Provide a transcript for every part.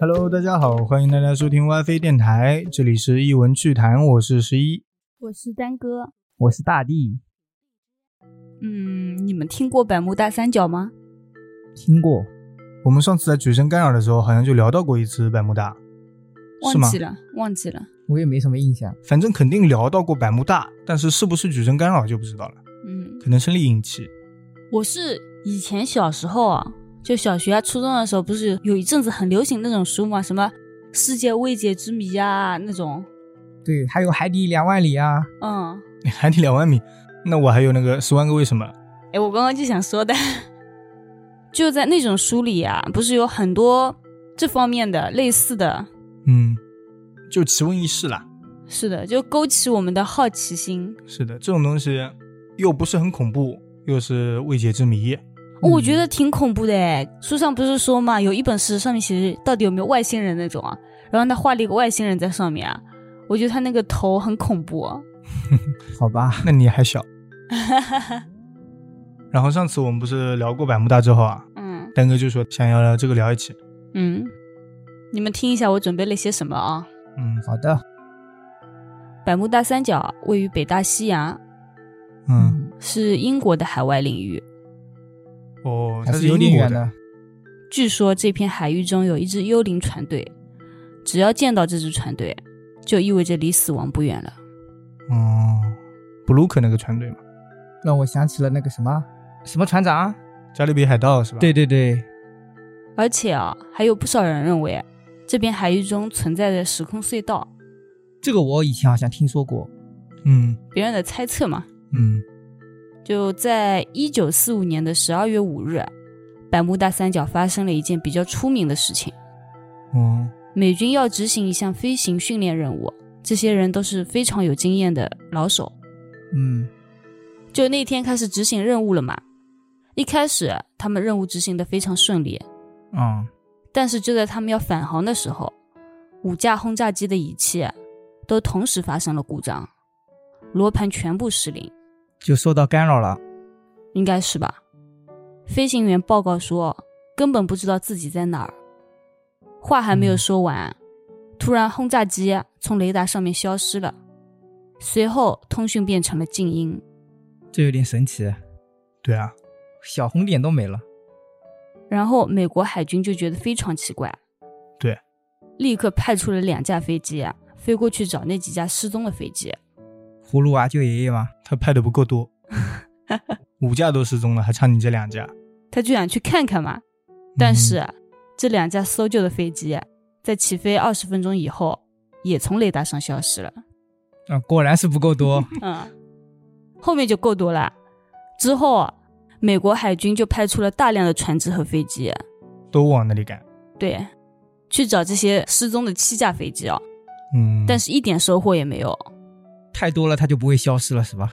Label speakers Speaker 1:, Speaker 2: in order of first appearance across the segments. Speaker 1: Hello，大家好，欢迎大家收听 WiFi 电台，这里是译文趣谈，我是十一。
Speaker 2: 我是丹哥。
Speaker 3: 我是大地，
Speaker 2: 嗯，你们听过百慕大三角吗？
Speaker 3: 听过
Speaker 1: 我们上次在举声干扰的时候，好像就聊到过一次百慕大，是
Speaker 2: 忘
Speaker 1: 吗
Speaker 2: 记？了，忘记了。
Speaker 3: 我也没什么印象。
Speaker 1: 反正肯定聊到过百慕大，但是是不是举声干扰就不知道了，
Speaker 2: 嗯，
Speaker 1: 可能是丽影期。
Speaker 2: 我是以前小时候啊，就小学啊、初中的时候，不是有一阵子很流行那种书嘛，什么《世界未解之谜》啊那种。
Speaker 3: 对，还有海底两万里啊，
Speaker 2: 嗯，
Speaker 1: 海底两万米，那我还有那个十万个为什么，
Speaker 2: 哎，我刚刚就想说的， 就在那种书里啊，不是有很多这方面的类似的，
Speaker 1: 嗯，就奇闻异事啦。
Speaker 2: 是的，就勾起我们的好奇心。
Speaker 1: 是的，这种东西又不是很恐怖，又是未解之谜。
Speaker 2: 哦我
Speaker 3: 嗯
Speaker 2: 觉得挺恐怖的哎，书上不是说嘛，有一本诗上面写着到底有没有外星人那种啊，然后他画了一个外星人在上面啊，我觉得他那个头很恐怖、啊。
Speaker 3: 好吧，
Speaker 1: 那你还小。
Speaker 2: 嗯
Speaker 1: 然后上次我们不是聊过百慕大之后啊，
Speaker 2: 嗯
Speaker 1: 丹哥就说想要聊这个聊一起。
Speaker 2: 嗯，你们听一下我准备了些什么啊？
Speaker 1: 嗯
Speaker 3: 好的，
Speaker 2: 百慕大三角位于北大西洋，
Speaker 1: 嗯，，
Speaker 2: 是英国的海外领域。
Speaker 1: 哦，
Speaker 3: 还
Speaker 1: 它
Speaker 3: 是
Speaker 1: 有
Speaker 3: 有点
Speaker 1: 点
Speaker 3: 远
Speaker 1: 远的。。
Speaker 2: 据说这片海域中有一支幽灵船队，只要见到这支船队，就意味着离死亡不远了。
Speaker 1: 哦，布鲁克那个船队嘛，
Speaker 3: 让我想起了那个什么什么船长，
Speaker 1: 加勒比海盗是吧？，
Speaker 3: 对对，
Speaker 2: 而且啊，还有不少人认为这片海域中存在着时空隧道，
Speaker 3: 这个我以前好像听说过。
Speaker 1: 嗯
Speaker 2: 别人的猜测嘛。
Speaker 1: 嗯，
Speaker 2: 就在一九四五年的十二月五日，百慕大三角发生了一件比较出名的事情：
Speaker 1: 哦，
Speaker 2: 美军要执行一项飞行训练任务，这些人都是非常有经验的老手。
Speaker 3: 嗯，
Speaker 2: 就那天开始执行任务了嘛，一开始他们任务执行的非常顺利，
Speaker 1: 啊，
Speaker 2: 但是就在他们要返航的时候，五架轰炸机的仪器啊都同时发生了故障，罗盘全部失灵，
Speaker 3: 就受到干扰了。
Speaker 2: 应该是吧？飞行员报告说，根本不知道自己在哪儿。话还没有说完，突然轰炸机从雷达上面消失了，随后通讯变成了静音。
Speaker 3: 这有点神奇，
Speaker 1: 对啊，
Speaker 3: 小红点都没了。
Speaker 2: 然后美国海军就觉得非常奇怪，
Speaker 1: 对，
Speaker 2: 立刻派出了两架飞机啊飞过去找那几架失踪的飞机。
Speaker 3: 葫芦娃、救爷爷嘛，
Speaker 1: 他派的不够多，五架都失踪了，还差你这两架。
Speaker 2: 他就想去看看嘛。但是、这两架搜救的飞机在起飞二十分钟以后，也从雷达上消失了。
Speaker 3: 啊，果然是不够多。
Speaker 2: 嗯，后面就够多了。之后，美国海军就派出了大量的船只和飞机，
Speaker 1: 嗯都往那里赶，
Speaker 2: 对，去找这些失踪的七架飞机哦，
Speaker 1: 嗯，
Speaker 2: 但是一点收获也没有。
Speaker 3: 太多了，它就不会消失了，是吧？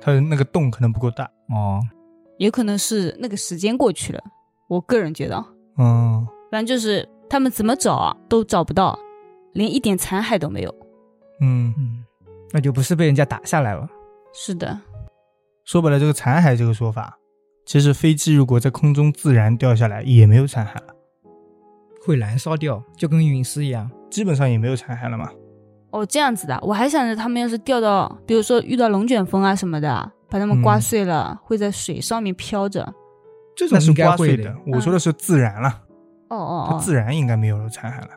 Speaker 1: 他那个洞可能不够大。
Speaker 3: 哦，
Speaker 2: 也可能是那个时间过去了，我个人觉得啊，
Speaker 1: 嗯，
Speaker 2: 反正就是他们怎么找啊都找不到，连一点残骸都没有。
Speaker 1: 嗯，
Speaker 3: 嗯，那就不是被人家打下来了。
Speaker 2: 是的，
Speaker 1: 说白了，这个残骸这个说法，其实飞机如果在空中自然掉下来，也没有残骸了，
Speaker 3: 会燃烧掉，就跟陨石一样。
Speaker 1: 基本上也没有残骸了嘛。
Speaker 2: 哦，这样子的，我还想着他们要是掉到，比如说遇到龙卷风啊什么的，把它们刮
Speaker 1: 嗯
Speaker 2: 碎了，会在水上面飘着。
Speaker 1: 这
Speaker 3: 种
Speaker 1: 种是
Speaker 3: 应该
Speaker 1: 刮
Speaker 3: 会
Speaker 1: 碎
Speaker 3: 的
Speaker 1: 的，我说的是自然了，
Speaker 2: 哦
Speaker 1: 它
Speaker 2: 哦
Speaker 1: 自
Speaker 2: 哦，
Speaker 1: 然应该没有残骸了。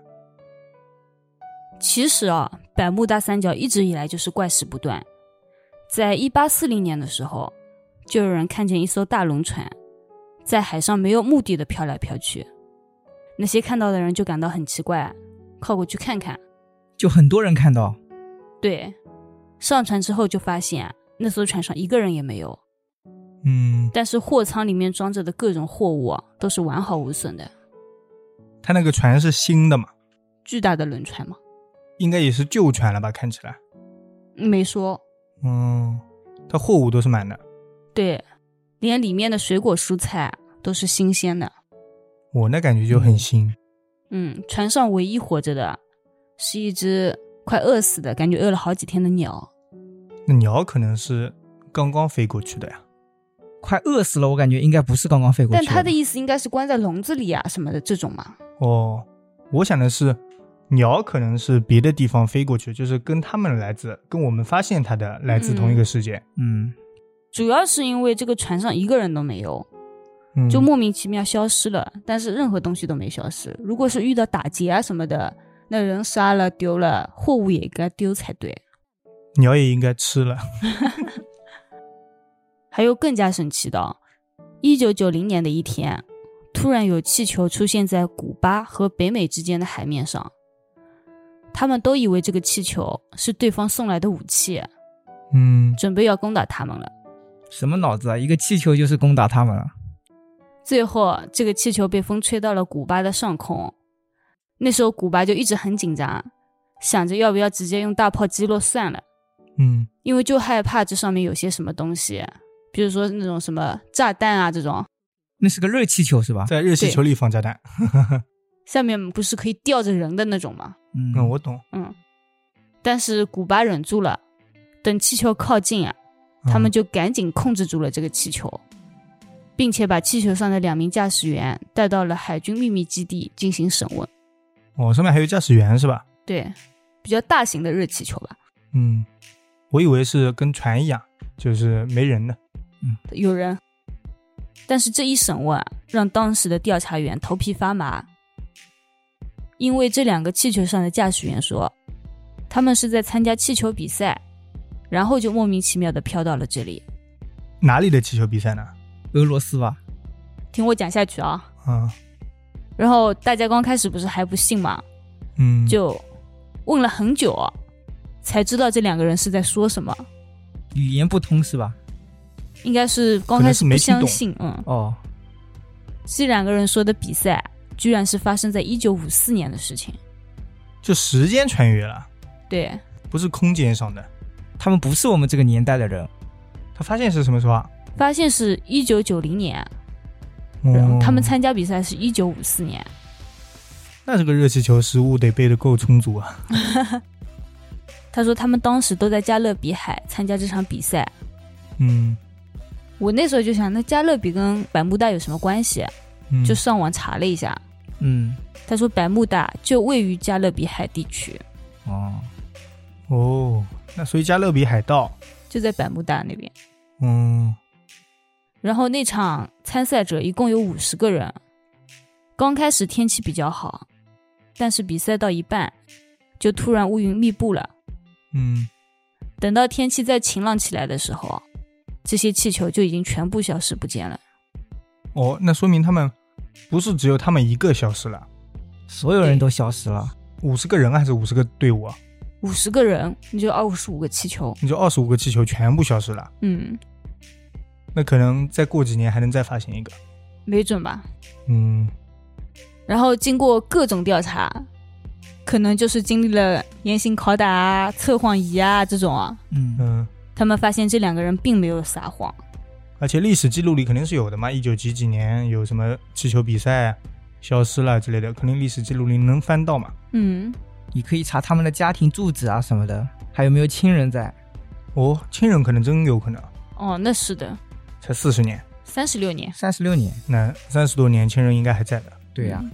Speaker 2: 其实啊，百慕大三角一直以来就是怪事不断。在一八四零年的时候，就有人看见一艘大龙船在海上没有目的的飘来飘去，那些看到的人就感到很奇怪，啊靠过去看看。
Speaker 3: 就很多人看到，
Speaker 2: 对，上船之后就发现、啊、那艘船上一个人也没有，
Speaker 1: 嗯，
Speaker 2: 但是货舱里面装着的各种货物啊，都是完好无损的。
Speaker 1: 它那个船是新的嘛，
Speaker 2: 巨大的轮船嘛，
Speaker 1: 应该也是旧船了吧？看起来，
Speaker 2: 没说
Speaker 1: 嗯，它货物都是满的。
Speaker 2: 对，连里面的水果蔬菜啊都是新鲜的。
Speaker 1: 我那感觉就很新，
Speaker 2: 嗯，船上唯一活着的是一只快饿死的，感觉饿了好几天的鸟。
Speaker 1: 那鸟可能是刚刚飞过去的呀。
Speaker 3: 快饿死了，我感觉应该不是刚刚飞过去
Speaker 2: 但
Speaker 3: 的。
Speaker 2: 他的意思应该是关在笼子里啊什么的这种嘛。
Speaker 1: 哦，我想的是，鸟可能是别的地方飞过去，就是跟它们来自，跟我们发现它的来自同一个世界。
Speaker 3: 嗯，
Speaker 2: 主要是因为这个船上一个人都没有，
Speaker 1: 嗯，
Speaker 2: 就莫名其妙消失了，但是任何东西都没消失。如果是遇到打劫啊什么的，那人杀了丢了，货物也应该丢才对。
Speaker 1: 鸟也应该吃了。
Speaker 2: 还有更加神奇的，一九九零年的一天，突然有气球出现在古巴和北美之间的海面上，他们都以为这个气球是对方送来的武器，
Speaker 1: 嗯，
Speaker 2: 准备要攻打他们了。
Speaker 3: 什么脑子啊？一个气球就是攻打他们了。
Speaker 2: 最后，这个气球被风吹到了古巴的上空。那时候，古巴就一直很紧张，想着要不要直接用大炮击落算了，
Speaker 1: 嗯，
Speaker 2: 因为就害怕这上面有些什么东西，比如说那种什么炸弹啊这种，
Speaker 3: 那是个热气球是吧？
Speaker 1: 在热气球里放炸弹。
Speaker 2: 下面不是可以吊着人的那种吗？
Speaker 3: 嗯
Speaker 1: 嗯，我懂。
Speaker 2: 嗯，但是古巴忍住了，等气球靠近啊，他
Speaker 1: 嗯
Speaker 2: 们就赶紧控制住了这个气球，并且把气球上的两名驾驶员带到了海军秘密基地进行审问。
Speaker 1: 哦，上面还有驾驶员是吧？
Speaker 2: 对，比较大型的热气球吧，
Speaker 1: 嗯，我以为是跟船一样，就是没人的。
Speaker 2: 有人。但是这一审问啊，让当时的调查员头皮发麻，因为这两个气球上的驾驶员说，他们是在参加气球比赛，然后就莫名其妙的飘到了这里。
Speaker 1: 哪里的气球比赛呢？
Speaker 3: 俄罗斯吧？
Speaker 2: 听我讲下去啊。
Speaker 1: 啊，
Speaker 2: 然后大家刚开始不是还不信嘛，
Speaker 1: 嗯，
Speaker 2: 就问了很久，啊才知道这两个人是在说什么。
Speaker 3: 语言不通是吧？
Speaker 2: 应该是刚
Speaker 1: 可能
Speaker 2: 开
Speaker 1: 是
Speaker 2: 始
Speaker 1: 没
Speaker 2: 不
Speaker 1: 听懂
Speaker 2: 相信，嗯，
Speaker 3: 哦，
Speaker 2: 这两个人说的比赛，居然是发生在一九五四年的事情。
Speaker 1: 就时间穿越了，
Speaker 2: 对，
Speaker 1: 不是空间上的。
Speaker 3: 他们不是我们这个年代的人。
Speaker 1: 他发现是什么时候啊？
Speaker 2: 发现是一九九零年，然后
Speaker 1: 哦
Speaker 2: 他们参加比赛是一九五四年。
Speaker 1: 那这个热气球食物得备的够充足啊。
Speaker 2: 他说他们当时都在加勒比海参加这场比赛。
Speaker 1: 嗯
Speaker 2: 我那时候就想，那加勒比跟百慕大有什么关系？
Speaker 1: 嗯，
Speaker 2: 就上网查了一下，
Speaker 3: 嗯，
Speaker 2: 他说百慕大就位于加勒比海地区，
Speaker 3: 哦，
Speaker 1: 哦，那所以加勒比海盗，
Speaker 2: 就在百慕大那边。
Speaker 1: 嗯
Speaker 2: 然后那场参赛者一共有五十个人。刚开始天气比较好，但是比赛到一半就突然乌云密布了。
Speaker 1: 嗯，
Speaker 2: 等到天气再晴朗起来的时候，这些气球就已经全部消失不见了。
Speaker 1: 哦，那说明他们不是只有他们一个消失了，
Speaker 3: 所有人都消失了。
Speaker 1: 五十个人还是五十个队伍啊？
Speaker 2: 五十个人，你就二十五个气球，
Speaker 1: 你就二十五个气球全部消失了，
Speaker 2: 嗯，
Speaker 1: 那可能再过几年还能再发现一个。
Speaker 2: 没准吧。
Speaker 1: 嗯，
Speaker 2: 然后经过各种调查，可能就是经历了严刑拷打啊、测谎仪啊这种啊，
Speaker 3: 嗯，
Speaker 1: 嗯，
Speaker 2: 他们发现这两个人并没有撒谎。
Speaker 1: 而且历史记录里肯定是有的嘛，一九几几年有什么气球比赛消失了之类的，肯定历史记录里能翻到嘛。
Speaker 2: 嗯，
Speaker 3: 你可以查他们的家庭住址啊什么的，还有没有亲人在？
Speaker 1: 哦，亲人可能真有可能，
Speaker 2: 哦，那是的，
Speaker 1: 才四十年，
Speaker 2: 三十六年。
Speaker 3: 三十六年。
Speaker 1: 那三十多年亲人应该还在的。
Speaker 3: 对呀、
Speaker 2: 嗯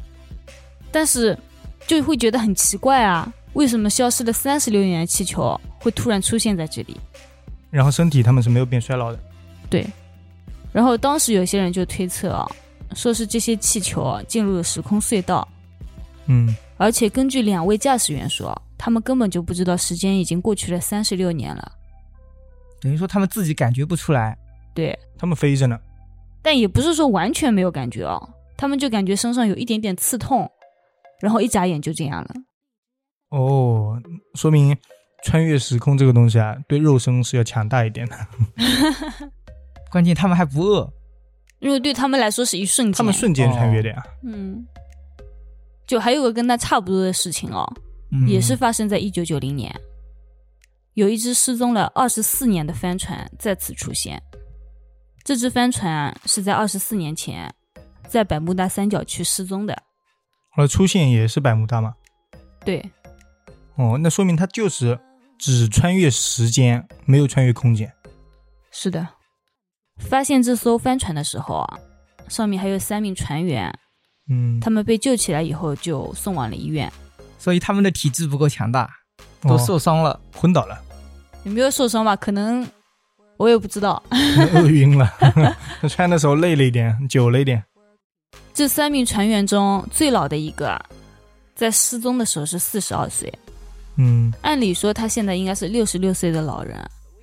Speaker 2: 但是就会觉得很奇怪啊，为什么消失了三十六年的气球会突然出现在这里？
Speaker 1: 然后身体他们是没有变衰老的。
Speaker 2: 对，然后当时有些人就推测啊，说是这些气球啊进入了时空隧道，
Speaker 1: 嗯，
Speaker 2: 而且根据两位驾驶员说，他们根本就不知道时间已经过去了三十六年了。
Speaker 3: 等于说他们自己感觉不出来。
Speaker 2: 对，
Speaker 1: 他们飞着呢。
Speaker 2: 但也不是说完全没有感觉哦，他们就感觉身上有一点点刺痛，然后一眨眼就这样了。
Speaker 1: 哦，说明穿越时空这个东西啊，对肉身是要强大一点的。
Speaker 3: 关键他们还不饿。
Speaker 2: 因为对他们来说是一瞬间，
Speaker 1: 他们瞬间穿越的
Speaker 3: 哦
Speaker 1: 呀。
Speaker 2: 嗯，就还有个跟他差不多的事情哦，
Speaker 3: 嗯
Speaker 2: 也是发生在一九九零年，有一只失踪了二十四年的帆船再次出现。这只帆船是在二十四年前在百慕大三角区失踪的。
Speaker 1: 后来出现也是百慕大嘛。
Speaker 2: 对，
Speaker 1: 哦，那说明他就是只穿越时间，没有穿越空间。
Speaker 2: 是的。发现这艘帆船的时候啊，上面还有三名船员，
Speaker 1: 嗯，
Speaker 2: 他们被救起来以后就送往了医院。
Speaker 3: 所以他们的体质不够强大，
Speaker 1: 哦
Speaker 3: 都受伤了。
Speaker 1: 昏倒了，
Speaker 2: 有没有受伤吧？可能我也不知道。
Speaker 1: 可能饿晕了。 他穿的时候累了一点，久了一点。
Speaker 2: 这三名船员中最老的一个，在失踪的时候是四十二岁，
Speaker 1: 嗯，
Speaker 2: 按理说他现在应该是六十六岁的老人，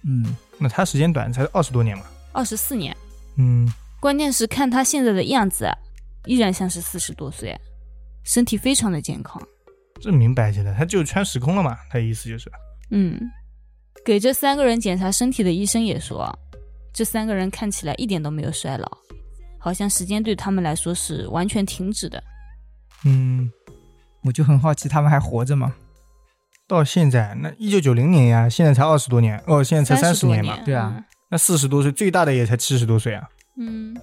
Speaker 3: 嗯，
Speaker 1: 那他时间短，才二十多年嘛。
Speaker 2: 二十四年。
Speaker 1: 嗯，
Speaker 2: 关键是看他现在的样子，依然像是四十多岁，身体非常的健康。
Speaker 1: 这明摆着的，他就穿时空了嘛。他意思就是，
Speaker 2: 嗯，给这三个人检查身体的医生也说，这三个人看起来一点都没有衰老，好像时间对他们来说是完全停止的。
Speaker 1: 嗯，
Speaker 3: 我就很好奇他们还活着吗？
Speaker 1: 到现在那一九九零年呀，现在才二十多年，哦，现在才三
Speaker 2: 30
Speaker 1: 十
Speaker 2: 多
Speaker 1: 嘛。
Speaker 2: 年，
Speaker 3: 对啊，
Speaker 1: 那四十多岁，最大的也才七十多岁啊。
Speaker 2: 嗯，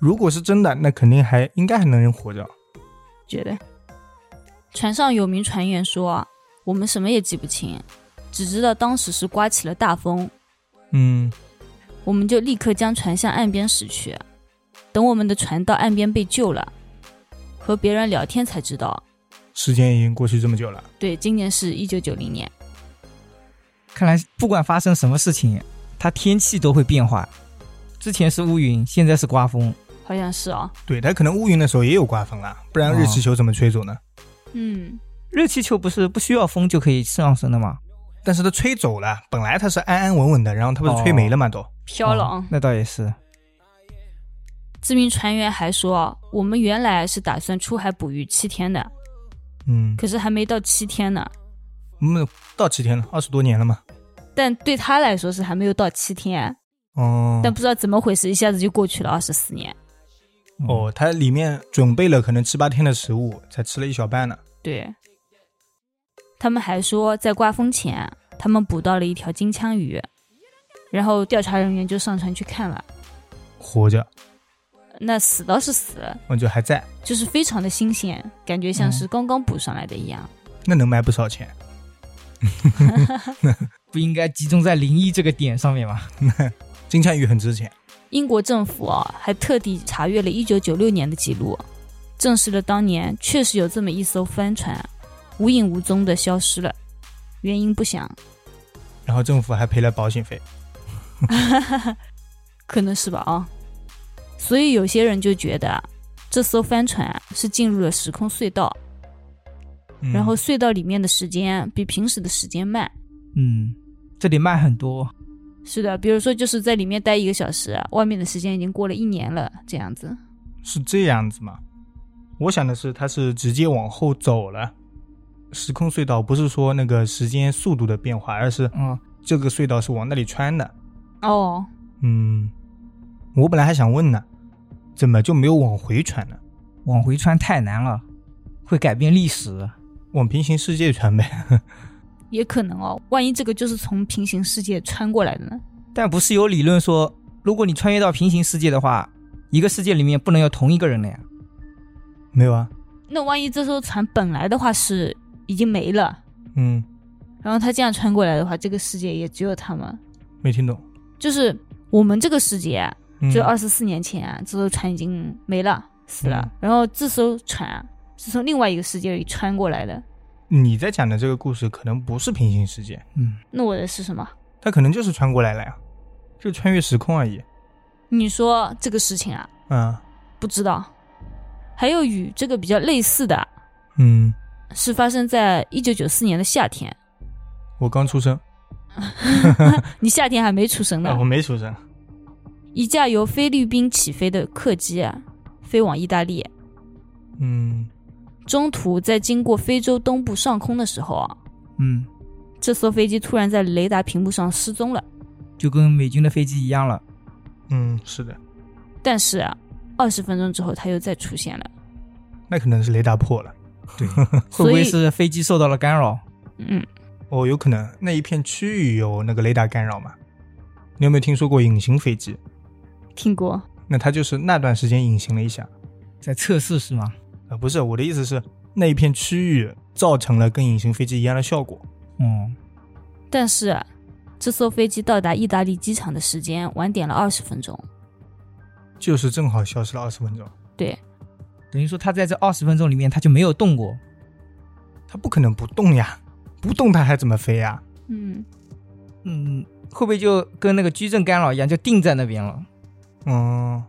Speaker 1: 如果是真的，那肯定还应该还能活着。
Speaker 2: 觉得。船上有名船员说，我们什么也记不清，只知道当时是刮起了大风，
Speaker 1: 嗯，
Speaker 2: 我们就立刻将船向岸边驶去。等我们的船到岸边被救了，和别人聊天才知道，
Speaker 1: 时间已经过去这么久了。
Speaker 2: 对，今年是一九九零年，
Speaker 3: 看来不管发生什么事情，它天气都会变化。之前是乌云，现在是刮风。
Speaker 2: 好像是哦。
Speaker 1: 对他可能乌云的时候也有刮风啦，不然热气球怎么吹走呢？
Speaker 2: 嗯，
Speaker 3: 热气球不是不需要风就可以上升的吗？
Speaker 1: 但是他吹走了，本来他是安安稳稳的，然后他不是吹没了吗？都，
Speaker 2: 飘了
Speaker 3: 哦
Speaker 2: 啊。
Speaker 3: 那倒也是。
Speaker 2: 这名船员还说，我们原来是打算出海捕鱼七天的，
Speaker 1: 嗯，
Speaker 2: 可是还没到七天呢。
Speaker 1: 嗯，到七天了，二十多年了嘛。
Speaker 2: 但对他来说是还没有到七天，
Speaker 1: 哦，
Speaker 2: 但不知道怎么回事，一下子就过去了二十四年。
Speaker 1: 哦，他里面准备了可能七八天的食物，才吃了一小半呢。
Speaker 2: 对，他们还说在刮风前，他们捕到了一条金枪鱼，然后调查人员就上船去看了，
Speaker 1: 活着，
Speaker 2: 那死倒是死，
Speaker 1: 我就还在，
Speaker 2: 就是非常的新鲜，感觉像
Speaker 3: 嗯
Speaker 2: 是刚刚捕上来的一样。
Speaker 1: 那能卖不少钱。
Speaker 3: 不应该集中在零一这个点上面吗？
Speaker 1: 金枪鱼很值钱。
Speaker 2: 英国政府啊，还特地查阅了1996年的记录，证实了当年确实有这么一艘帆船无影无踪的消失了，原因不详，
Speaker 1: 然后政府还赔了保险费。
Speaker 2: 可能是吧啊。所以有些人就觉得这艘帆船是进入了时空隧道，
Speaker 1: 嗯
Speaker 2: 然后隧道里面的时间比平时的时间慢。
Speaker 3: 嗯，这里卖很多。
Speaker 2: 是的，比如说就是在里面待一个小时，外面的时间已经过了一年了，这样子。
Speaker 1: 是这样子吗？我想的是，它是直接往后走了。时空隧道不是说那个时间速度的变化，而是
Speaker 3: 嗯，
Speaker 1: 这个隧道是往那里穿的。
Speaker 2: 哦，
Speaker 1: 嗯，我本来还想问呢，怎么就没有往回穿呢？
Speaker 3: 往回穿太难了，会改变历史。
Speaker 1: 往平行世界穿呗。
Speaker 2: 也可能哦，万一这个就是从平行世界穿过来的呢？
Speaker 3: 但不是有理论说，如果你穿越到平行世界的话，一个世界里面不能有同一个人了呀？
Speaker 1: 没有啊，
Speaker 2: 那万一这艘船本来的话是已经没了，
Speaker 1: 嗯，
Speaker 2: 然后他这样穿过来的话，这个世界也只有他们。
Speaker 1: 没听懂。
Speaker 2: 就是我们这个世界啊，
Speaker 1: 嗯、
Speaker 2: 就二十四年前啊，这艘船已经没了，死了。
Speaker 1: 嗯
Speaker 2: 然后这艘船啊是从另外一个世界里穿过来的。
Speaker 1: 你在讲的这个故事可能不是平行世界，
Speaker 3: 嗯，
Speaker 2: 那我的是什么？
Speaker 1: 它可能就是穿过来了呀，就穿越时空而已。
Speaker 2: 你说这个事情啊，
Speaker 1: 嗯
Speaker 2: 不知道。还有与这个比较类似的，啊
Speaker 1: 嗯，
Speaker 2: 是发生在一九九四年的夏天。
Speaker 1: 我刚出生，
Speaker 2: 你夏天还没出生呢
Speaker 1: 啊，我。没出生。
Speaker 2: 一架由菲律宾起飞的客机啊，飞往意大利。
Speaker 1: 嗯，
Speaker 2: 中途在经过非洲东部上空的时候啊，
Speaker 3: 嗯，
Speaker 2: 这艘飞机突然在雷达屏幕上失踪了。
Speaker 3: 就跟美军的飞机一样了。
Speaker 1: 嗯，是的，
Speaker 2: 但是啊，二十分钟之后它又再出现了。
Speaker 1: 那可能是雷达破了。
Speaker 3: 对，会不
Speaker 2: 所以
Speaker 3: 会是飞机受到了干扰？
Speaker 2: 嗯，
Speaker 1: 哦，有可能那一片区域有那个雷达干扰嘛？你有没有听说过隐形飞机？
Speaker 2: 听过。
Speaker 1: 那它就是那段时间隐形了一下。
Speaker 3: 在测试是吗？
Speaker 1: 呃，不是，我的意思是那一片区域造成了跟隐形飞机一样的效果。
Speaker 3: 嗯，
Speaker 2: 但是啊、这艘飞机到达意大利机场的时间晚点了二十分钟。
Speaker 1: 就是正好消失了二十分钟。
Speaker 2: 对，
Speaker 3: 等于说他在这二十分钟里面他就没有动过。
Speaker 1: 它不可能不动呀，不动它还怎么飞呀？
Speaker 2: 嗯，
Speaker 3: 嗯，会不会就跟那个矩阵干扰一样，就定在那边了？
Speaker 1: 嗯，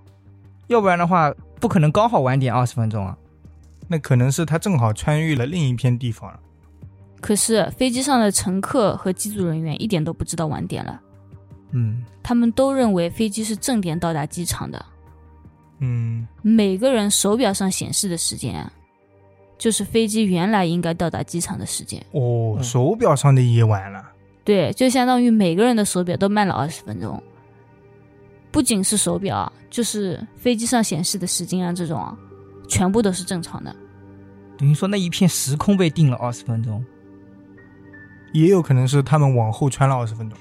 Speaker 3: 要不然的话，不可能刚好晚点二十分钟啊。
Speaker 1: 那可能是它正好穿越了另一片地方了。
Speaker 2: 可是飞机上的乘客和机组人员一点都不知道晚点了，
Speaker 3: 嗯，
Speaker 2: 他们都认为飞机是正点到达机场的。
Speaker 1: 嗯，
Speaker 2: 每个人手表上显示的时间啊，就是飞机原来应该到达机场的时间。
Speaker 1: 哦，
Speaker 3: 嗯
Speaker 1: 手表上的也晚了。
Speaker 2: 对，就相当于每个人的手表都慢了二十分钟。不仅是手表啊，就是飞机上显示的时间啊，这种啊，全部都是正常的。
Speaker 3: 等于说那一片时空被定了二十分 钟。
Speaker 1: 也有可能是他们往后穿了二十分钟。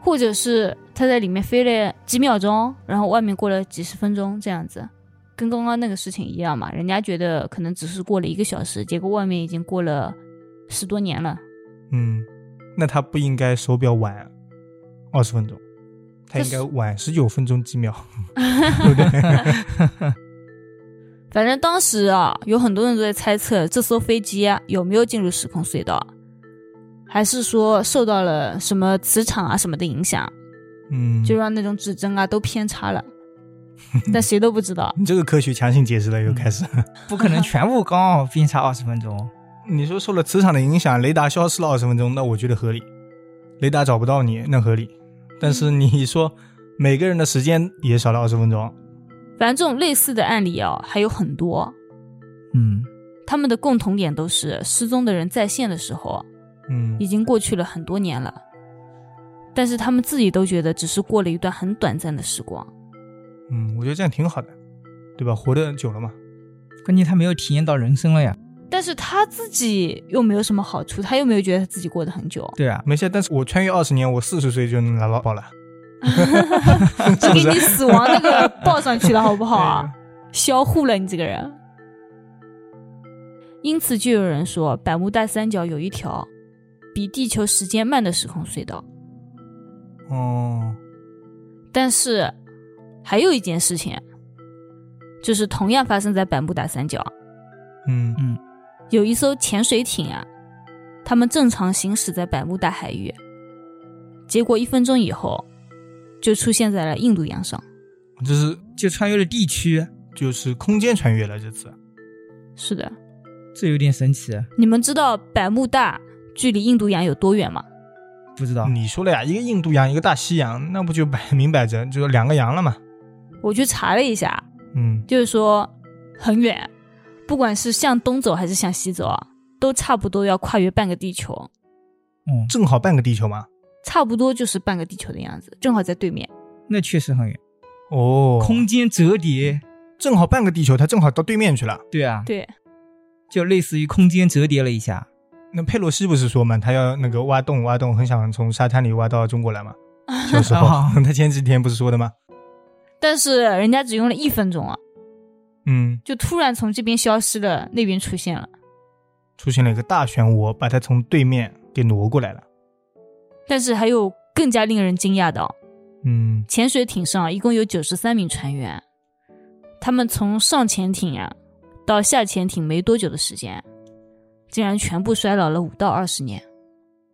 Speaker 2: 或者是他在里面飞了几秒钟，然后外面过了几十分钟这样子，跟刚刚那个事情一样嘛。人家觉得可能只是过了一个小时，结果外面已经过了十多年了。
Speaker 1: 嗯，那它不应该手表晚二十分钟，它
Speaker 2: 这
Speaker 1: 应该
Speaker 2: 是
Speaker 1: 晚十九分钟几秒，对不对？
Speaker 2: 反正当时啊，有很多人都在猜测这艘飞机、啊、有没有进入时空隧道，还是说受到了什么磁场啊什么的影响，
Speaker 1: 嗯，
Speaker 2: 就让那种指针啊都偏差了。但谁都不知道，
Speaker 1: 你这个科学强行解释了，又开始。
Speaker 3: 不可能全部刚好偏差二十分钟。哦
Speaker 1: 你说受了磁场的影响，雷达消失了二十分钟，那我觉得合理。雷达找不到你，那合理。但是你说每个人的时间也少了二十分钟，
Speaker 2: 反正这种类似的案例啊还有很多，
Speaker 3: 嗯，
Speaker 2: 他们的共同点都是失踪的人在线的时候
Speaker 1: 嗯
Speaker 2: 已经过去了很多年了，但是他们自己都觉得只是过了一段很短暂的时光。
Speaker 1: 嗯，我觉得这样挺好的，对吧？活得久了嘛，
Speaker 3: 关键他没有体验到人生了呀。
Speaker 2: 但是他自己又没有什么好处，他又没有觉得他自己过得很久，
Speaker 3: 对啊，
Speaker 1: 没事。但是我穿越二十年，我四十岁就能拿到宝了，
Speaker 2: 就是
Speaker 1: 不
Speaker 2: 给
Speaker 1: 是
Speaker 2: 你死亡那个报上去了，好不好 啊？销户了你这个人。因此，就有人说，百慕大三角有一条比地球时间慢的时空隧道。
Speaker 1: 哦，
Speaker 2: 但是还有一件事情，啊就是同样发生在百慕大三角，
Speaker 1: 嗯
Speaker 3: 嗯
Speaker 2: 有一艘潜水艇啊，他们正常行驶在百慕大海域，结果一分钟以后就出现在了印度洋上。
Speaker 1: 这是
Speaker 3: 就穿越了地区，
Speaker 1: 就是空间穿越了这次。
Speaker 2: 是的，
Speaker 3: 这有点神奇。
Speaker 2: 你们知道百慕大距离印度洋有多远吗？
Speaker 3: 不知道，
Speaker 1: 你说了呀，一个印度洋，一个大西洋，那不就摆明摆着就两个洋了嘛？
Speaker 2: 我去查了一下，
Speaker 1: 嗯，
Speaker 2: 就是说很远，不管是向东走还是向西走啊，都差不多要跨越半个地球，
Speaker 3: 嗯，
Speaker 1: 正好半个地球嘛。
Speaker 2: 差不多就是半个地球的样子，正好在对面。
Speaker 3: 那确实很远，
Speaker 1: 哦，
Speaker 3: 空间折叠。
Speaker 1: 正好半个地球，它正好到对面去了。
Speaker 3: 对啊，
Speaker 2: 对，
Speaker 3: 就类似于空间折叠了一下。
Speaker 1: 那佩洛西不是说嘛，他要那个挖洞挖洞，很想从沙滩里挖到中国 来嘛？小时候，
Speaker 3: 啊
Speaker 1: 他前几天不是说的吗？
Speaker 2: 但是人家只用了一分钟啊，
Speaker 1: 嗯，
Speaker 2: 就突然从这边消失了，那边出现了。
Speaker 1: 出现了一个大漩涡，把他从对面给挪过来了。
Speaker 2: 但是还有更加令人惊讶的、哦，
Speaker 1: 嗯，
Speaker 2: 潜水艇上一共有九十三名船员，他们从上潜艇啊到下潜艇没多久的时间，竟然全部衰老了五到二十年。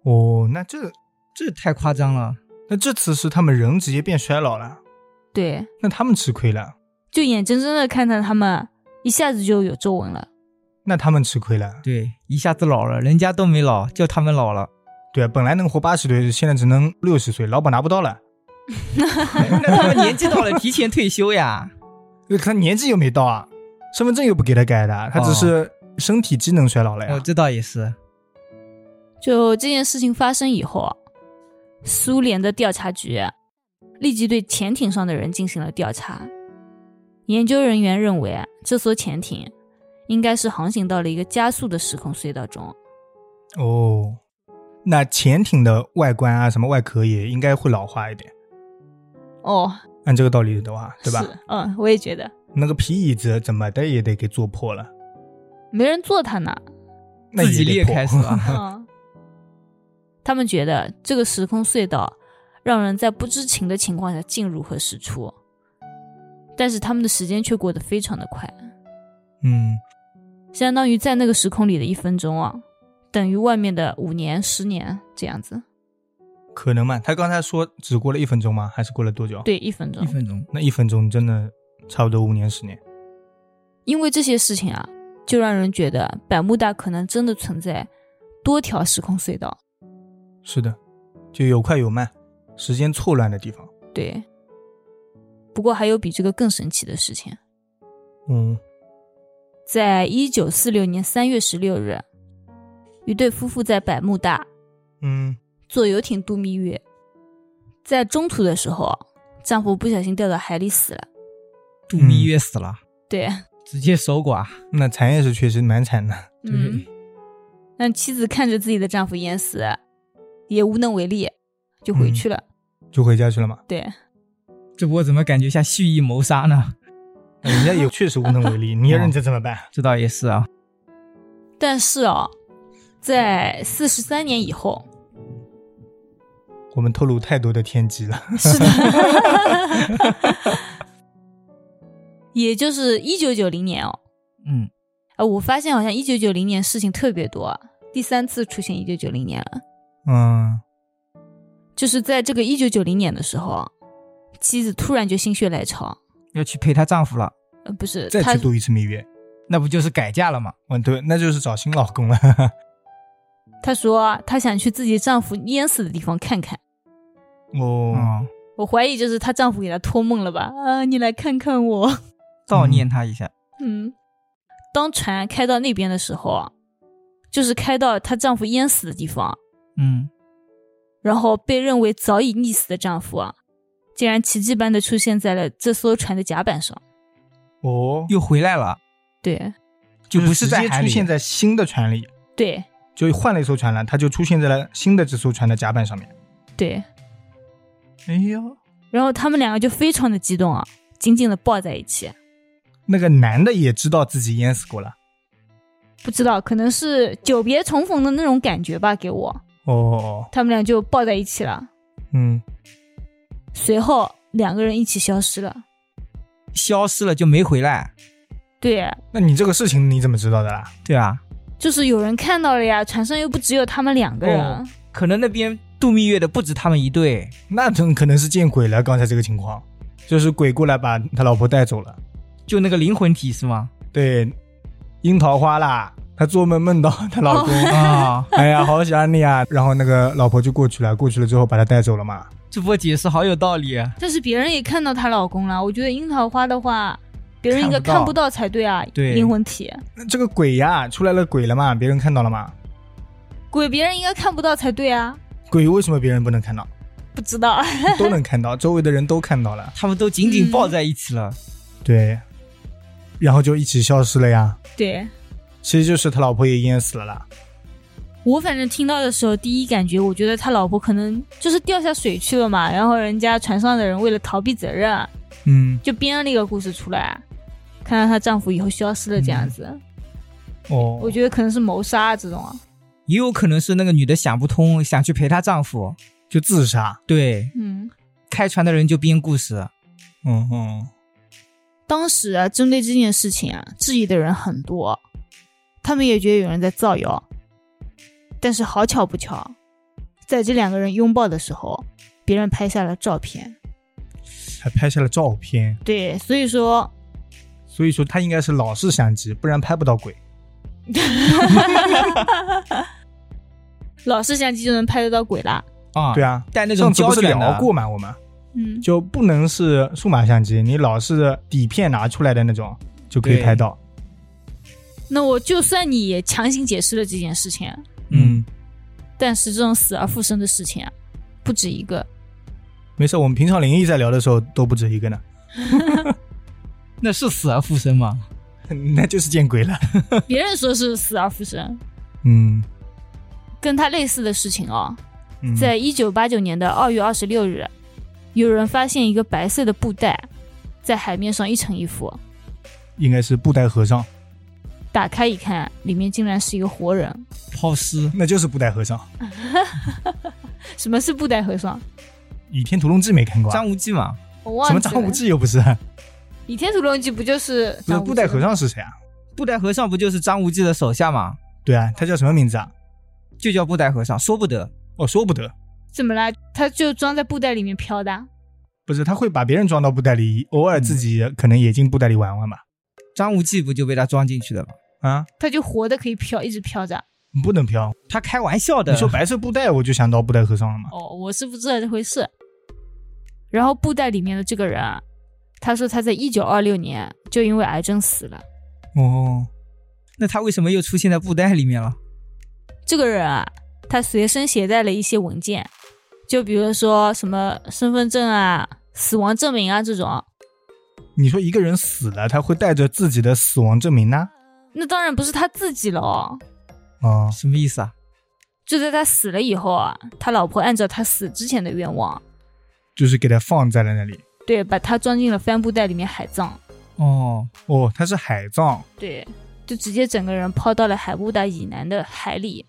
Speaker 1: 哦，那这
Speaker 3: 这太夸张了。
Speaker 1: 那这次是他们人直接变衰老了，
Speaker 2: 对，
Speaker 1: 那他们吃亏了，
Speaker 2: 就眼睁睁的看着他们一下子就有皱纹了。
Speaker 1: 那他们吃亏了。
Speaker 3: 对，一下子老了，人家都没老，就他们老了。
Speaker 1: 对啊，本来能活八十岁，现在只能六十岁，老板拿不到了。
Speaker 3: 那他们年纪到了，提前退休 呀。
Speaker 1: 他年纪又没到啊，身份证又不给他改的，他只是身体机能衰老了呀。
Speaker 3: 哦，这倒也是。
Speaker 2: 就这件事情发生以后啊，苏联的调查局立即对潜艇上的人进行了调查。研究人员认为啊，这艘潜艇应该是航行到了一个加速的时空隧道中。
Speaker 1: 哦，那潜艇的外观啊，什么外壳也应该会老化一点，
Speaker 2: 哦，
Speaker 1: 按这个道理的话，对吧？
Speaker 2: 是？嗯，我也觉得
Speaker 1: 那个皮椅子怎么的也得给做破了，
Speaker 2: 没人坐它 呢。
Speaker 1: 那
Speaker 3: 自己
Speaker 1: 也得
Speaker 3: 裂
Speaker 1: 破
Speaker 3: 开是 吧？
Speaker 2: 嗯，他们觉得这个时空隧道让人在不知情的情况下进入和驶出，但是他们的时间却过得非常的快。
Speaker 1: 嗯，
Speaker 2: 相当于在那个时空里的一分钟啊，等于外面的五年、十年这样子。
Speaker 1: 可能慢。他刚才说只过了一分钟吗？还是过了多久？，
Speaker 2: 对，一分钟
Speaker 3: 一。分钟，
Speaker 1: 那一分钟真的差不多五年十年。
Speaker 2: 因为这些事情啊，就让人觉得百慕大可能真的存在多条时空隧道。
Speaker 1: 是的，就有快有慢，时间错乱的地方。
Speaker 2: 对。不过还有比这个更神奇的事情，
Speaker 1: 嗯，
Speaker 2: 在一九四六年三月十六日，一对夫妇在百慕大
Speaker 1: 嗯，
Speaker 2: 坐游艇度蜜月，在中途的时候，啊丈夫不小心掉到海里死了。
Speaker 3: 度蜜月死了，
Speaker 2: 对，
Speaker 3: 直接守寡，
Speaker 1: 那产业是确实蛮惨的。
Speaker 2: 嗯，让妻子看着自己的丈夫淹死，也无能为力，就
Speaker 1: 嗯
Speaker 2: 回去了。
Speaker 1: 就回家去了嘛。
Speaker 2: 对，
Speaker 3: 这波怎么感觉像蓄意谋杀呢？
Speaker 1: 人家也确实无能为力，你要认这怎么办？
Speaker 3: 这倒也是啊，
Speaker 2: 但是哦，在四十三年以 后，
Speaker 1: 我们透露太多的天机了。
Speaker 2: 是的，也就是一九九零年哦，
Speaker 3: 嗯，
Speaker 2: 啊，我发现好像一九九零年事情特别多啊，第三次出现一九九零年了。
Speaker 1: 嗯，
Speaker 2: 就是在这个一九九零年的时候啊，妻子突然就心血来潮，
Speaker 3: 要去陪她丈夫了，
Speaker 2: 呃，不是
Speaker 1: 再
Speaker 2: 她
Speaker 1: 去度一次蜜月，
Speaker 3: 那不就是改嫁了吗？
Speaker 1: 嗯，对，那就是找新老公了。
Speaker 2: 她说啊她想去自己丈夫淹死的地方看看。
Speaker 1: 哦，
Speaker 3: 嗯，
Speaker 2: 我怀疑就是她丈夫给她托梦了吧？啊，你来看看我。
Speaker 3: 悼念她一下，
Speaker 2: 嗯，当船开到那边的时候啊，就是开到她丈夫淹死的地方，
Speaker 3: 嗯，
Speaker 2: 然后被认为早已溺死的丈夫啊，竟然奇迹般的出现在了这艘船的甲板上。
Speaker 1: 哦，
Speaker 3: 又回来了，
Speaker 2: 对
Speaker 3: 就不
Speaker 1: 是
Speaker 3: 在
Speaker 1: 直接
Speaker 3: 海
Speaker 1: 出
Speaker 3: 里，
Speaker 1: 现在新的船里，
Speaker 2: 对
Speaker 1: 就换了一艘船了，他就出现在了新的这艘船的甲板上面。
Speaker 2: 对，
Speaker 1: 哎呦，
Speaker 2: 然后他们两个就非常的激动啊，紧紧的抱在一起。
Speaker 1: 那个男的也知道自己淹死过了。
Speaker 2: 不知道，可能是久别重逢的那种感觉吧，给我。
Speaker 1: 哦，
Speaker 2: 他们俩就抱在一起了，
Speaker 1: 嗯，
Speaker 2: 随后两个人一起消失了。
Speaker 3: 消失了就没回来，
Speaker 2: 对，
Speaker 1: 那你这个事情你怎么知道的啦？
Speaker 3: 对啊，
Speaker 2: 就是有人看到了呀，船上又不只有他们两个人。
Speaker 3: 哦可能那边度蜜月的不止他们一对，
Speaker 1: 那真可能是见鬼了，刚才这个情况，就是鬼过来把他老婆带走了。
Speaker 3: 就那个灵魂体是吗？
Speaker 1: 对，樱桃花啦，他做梦梦到她老公，
Speaker 3: 啊、
Speaker 1: 哎呀，好想你啊！然后那个老婆就过去了，过去了之后把他带走了嘛。
Speaker 3: 这波解释好有道理啊，
Speaker 2: 但是别人也看到她老公了。我觉得樱桃花的话，别人应该
Speaker 3: 看不到
Speaker 2: 看不到才对啊。
Speaker 3: 对
Speaker 2: 灵魂体
Speaker 1: 那这个鬼呀，出来了鬼了嘛，别人看到了嘛。
Speaker 2: 鬼，别人应该看不到才对啊。
Speaker 1: 鬼为什么别人不能看到？
Speaker 2: 不知道，
Speaker 1: 都能看到，周围的人都看到了。
Speaker 3: 他们都紧
Speaker 1: 嗯
Speaker 3: 紧抱在一起了，
Speaker 1: 对，然后就一起消失了呀。
Speaker 2: 对
Speaker 1: 其实就是他老婆也淹死了啦。
Speaker 2: 我反正听到的时候，第一感觉我觉得他老婆可能就是掉下水去了嘛，然后人家船上的人为了逃避责任，啊
Speaker 1: 嗯，
Speaker 2: 就编了一个故事出来，看到她丈夫以后消失了这样子，
Speaker 3: 嗯
Speaker 1: 哦，
Speaker 2: 我觉得可能是谋杀啊这种啊。
Speaker 3: 也有可能是那个女的想不通，想去陪她丈夫，
Speaker 1: 就自杀。
Speaker 3: 对，
Speaker 2: 嗯，
Speaker 3: 开船的人就编故事，
Speaker 1: 嗯嗯，
Speaker 2: 当时啊，针对这件事情啊，质疑的人很多，他们也觉得有人在造谣。但是好巧不巧，在这两个人拥抱的时候，别人拍下了照片。
Speaker 1: 还拍下了照片，
Speaker 2: 对，所以说，
Speaker 1: 所以说他应该是老式相机，不然拍不到鬼。
Speaker 2: 老式相机就能拍得到鬼啦。
Speaker 3: 啊，
Speaker 1: 对，啊，
Speaker 3: 带那种
Speaker 1: 上次
Speaker 3: 胶
Speaker 1: 不是
Speaker 3: 卷的
Speaker 1: 聊过嘛，我们
Speaker 2: 嗯，
Speaker 1: 就不能是数码相机，你老是底片拿出来的那种就可以
Speaker 3: 对
Speaker 1: 拍到。
Speaker 2: 那我就算你也强行解释了这件事情，
Speaker 3: 嗯，
Speaker 2: 但是这种死而复生的事情啊，不止一个。
Speaker 1: 没事，我们平常灵异在聊的时候都不止一 个呢，
Speaker 3: 那是死而复生吗？
Speaker 1: 那就是见鬼了。
Speaker 2: 别人说是死而复生，
Speaker 1: 嗯，
Speaker 2: 跟他类似的事情哦，
Speaker 1: 嗯
Speaker 2: 在一九八九年的二月二十六日，有人发现一个白色的布袋在海面上一沉一浮，
Speaker 1: 应该是布袋和尚，
Speaker 2: 打开一看，里面竟然是一个活人。
Speaker 3: 抛尸，
Speaker 1: 那就是布袋和尚。
Speaker 2: 什么是布袋和
Speaker 1: 《
Speaker 2: 尚？
Speaker 1: 倚天屠龙记》没看过、啊，
Speaker 3: 张无忌嘛，
Speaker 2: 我
Speaker 1: 什
Speaker 2: 忘
Speaker 1: 么
Speaker 2: 记
Speaker 1: 张无
Speaker 2: 了。
Speaker 1: 忌又不是，
Speaker 2: 倚天屠龙记不就是
Speaker 1: 不是
Speaker 2: 张无忌
Speaker 1: 布袋
Speaker 2: 吗
Speaker 1: 和尚是谁啊？
Speaker 3: 布袋和尚不就是张无忌的手下吗？
Speaker 1: 对啊，他叫什么名字啊？
Speaker 3: 就叫布袋和尚，说不得。
Speaker 1: 哦，说不得，
Speaker 4: 怎么啦？他就装在布袋里面飘的啊，
Speaker 1: 不是他会把别人装到布袋里，偶尔自己可能也进布袋里玩玩吧？
Speaker 3: 张无忌不就被他装进去的吗？
Speaker 1: 啊，
Speaker 4: 他就活的可以飘，一直飘着。
Speaker 1: 不能飘。
Speaker 3: 他开玩笑的。
Speaker 1: 你说白色布袋，我就想到布袋和尚了嘛。
Speaker 2: 哦，我
Speaker 4: 我是不知道这回事。然后布袋里面的这个人啊，他说他在一九二六年就因为癌症死了。
Speaker 1: 哦，
Speaker 3: 那他为什么又出现在布袋里面了？
Speaker 4: 这个人啊，
Speaker 2: 他随身携带了一些文件，就比如说什么身份证啊、死亡证明啊这种。
Speaker 1: 你说一个人死了，他会带着自己的死亡证明呢？
Speaker 2: 那当然不是他自己了哦。
Speaker 1: 哦，
Speaker 3: 什么意思啊？
Speaker 2: 就在他死了以后啊，他老婆按照他死之前的愿望，
Speaker 1: 就是给他放在了那里。
Speaker 2: 对，把他装进了帆布袋里面海葬，
Speaker 3: 哦，
Speaker 1: 哦，他是海葬，
Speaker 2: 对，就直接整个人抛到了海布袋以南的海里。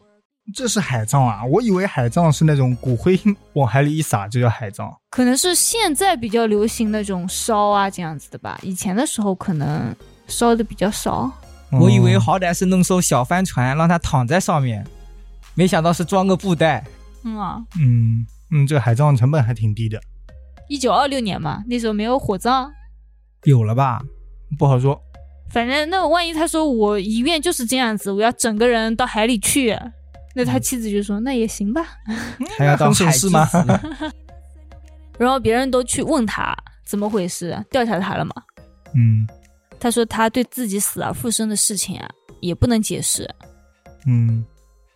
Speaker 1: 这是海葬啊！我以为海葬是那种骨灰 往海里一撒就叫海葬。
Speaker 2: 可能是现在比较流行那种烧啊这样子的吧，以前的时候可能烧的比较少。
Speaker 1: 嗯
Speaker 3: 我以为好歹是弄艘小帆船让他躺在上面，没想到是装个布袋。
Speaker 2: 嗯啊，
Speaker 1: 嗯嗯，这海葬成本还挺低的，
Speaker 2: 一九二六年嘛，那时候没有火葬，
Speaker 3: 有了吧？
Speaker 1: 不好说。
Speaker 2: 反正那万一他说我遗愿就是这样子，我要整个人到海里去，那他妻子就说那也行吧。
Speaker 3: 还要当
Speaker 1: 很省
Speaker 3: 嗯海
Speaker 1: 事
Speaker 3: 之
Speaker 1: 吗
Speaker 3: 子
Speaker 2: 然后别人都去问他怎么回事，调查他了嘛。
Speaker 1: 嗯
Speaker 2: 他说他对自己死而复生的事情啊也不能解释。
Speaker 1: 嗯，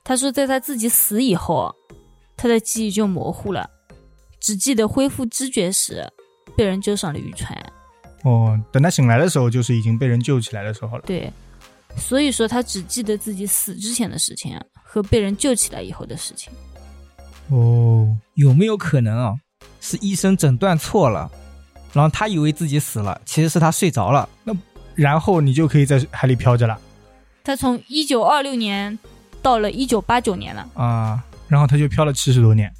Speaker 2: 他说在他自己死以后，他的记忆就模糊了，只记得恢复知觉时被人救上了渔船。
Speaker 1: 哦，等他醒来的时候，就是已经被人救起来的时候了。
Speaker 2: 对，所以说他只记得自己死之前的事情啊和被人救起来以后的事情。
Speaker 1: 哦，
Speaker 3: 有没有可能啊？是医生诊断错了，然后他以为自己死了，其实是他睡着了。
Speaker 1: 然后你就可以在海里飘着了，
Speaker 2: 他从一九二六年到了一九八九年了，
Speaker 3: 啊，
Speaker 1: 然后他就飘了七十多年。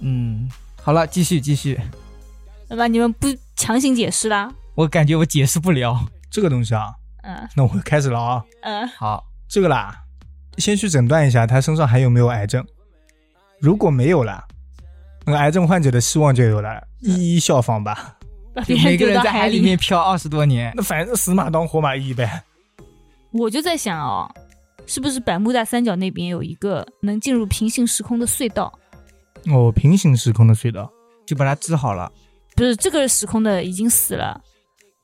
Speaker 3: 嗯，好了，继续继续，
Speaker 2: 对吧？你们不强行解释啦？
Speaker 3: 我感觉我解释不了。
Speaker 1: 这个东西啊，
Speaker 2: 嗯
Speaker 1: 那我开始了啊。
Speaker 2: 嗯，
Speaker 3: 好，
Speaker 1: 这个啦，先去诊断一下他身上还有没有癌症。如果没有了，那个癌症患者的希望就有了，一一效仿吧。
Speaker 2: 把
Speaker 3: 就
Speaker 2: 别人
Speaker 3: 每个
Speaker 2: 丢
Speaker 3: 人
Speaker 2: 到
Speaker 3: 在海
Speaker 2: 海
Speaker 3: 里面漂二十多年，
Speaker 1: 那反正死马当活马医呗。
Speaker 2: 我就在想哦，是不是百慕大三角那边有一个能进入平行时空的隧道？
Speaker 1: 哦，平行时空的隧道。
Speaker 3: 就把他治好了。
Speaker 2: 不是这个时空的已经死了，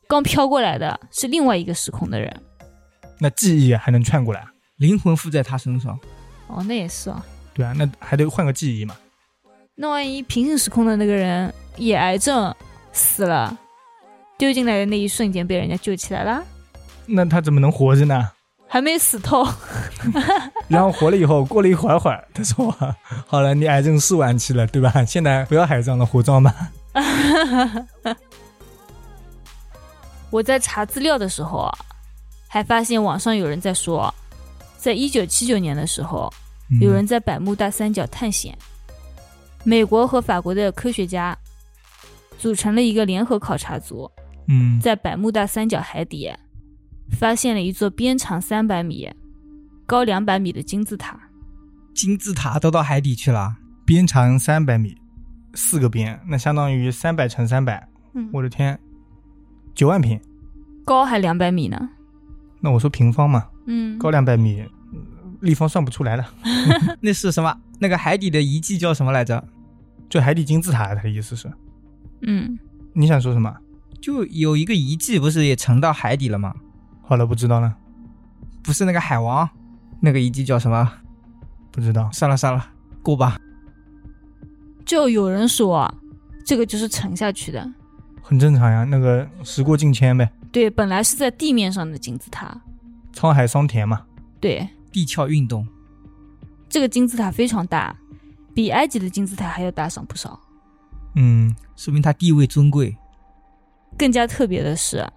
Speaker 2: 刚飘过来的是另外一个时空的人。
Speaker 1: 那记忆还能串过来，
Speaker 3: 灵魂附在他身上，
Speaker 2: 哦，那也是啊。
Speaker 1: 对啊，那还得换个记忆嘛。
Speaker 2: 那万一平行时空的那个人也癌症死了，丢进来的那一瞬间被人家救起来了，
Speaker 1: 那他怎么能活着 呢？
Speaker 2: 还没死透。
Speaker 1: 然后活了以后，过了一会儿会儿，他说：“ 好了，你癌症是晚期了，对吧？现在不要海葬了，火葬吧。
Speaker 2: 我在查资料的时候啊，还发现网上有人在说，在一九七九年的时候，
Speaker 1: 嗯”
Speaker 2: 有人在百慕大三角探险。美国和法国的科学家组成了一个联合考察组，
Speaker 1: 嗯，
Speaker 2: 在百慕大三角海底发现了一座边长三百米、高两百米的金字塔。
Speaker 3: 金字塔都到海底 去了。
Speaker 1: 边长三百米，四个边，那相当于三百乘三百，
Speaker 2: 嗯
Speaker 1: 我的天，九万平。
Speaker 2: 高还两百米呢。
Speaker 1: 那我说平方嘛，
Speaker 2: 嗯，
Speaker 1: 高两百米，呃立方算不出来了。
Speaker 3: 那是什么？那个海底的遗迹叫什么来着？
Speaker 1: 就海底金字塔，它的意思是，
Speaker 2: 嗯，
Speaker 1: 你想说什么？
Speaker 3: 就有一个遗迹，不是也沉到海底了吗？
Speaker 1: 好了，不知道了，
Speaker 3: 不是那个海王，那个遗迹叫什么？
Speaker 1: 不知道。
Speaker 3: 算了算了，过吧。
Speaker 2: 就有人说啊这个就是沉下去的。
Speaker 1: 很正常呀，那个时过境迁呗，
Speaker 2: 对，本来是在地面上的金字塔。
Speaker 1: 沧海桑田嘛。
Speaker 2: 对，
Speaker 3: 地壳运动，
Speaker 2: 这个金字塔非常大，比埃及的金字塔还要大上不少。
Speaker 1: 嗯，
Speaker 3: 说明它地位尊贵。
Speaker 2: 更加特别的是，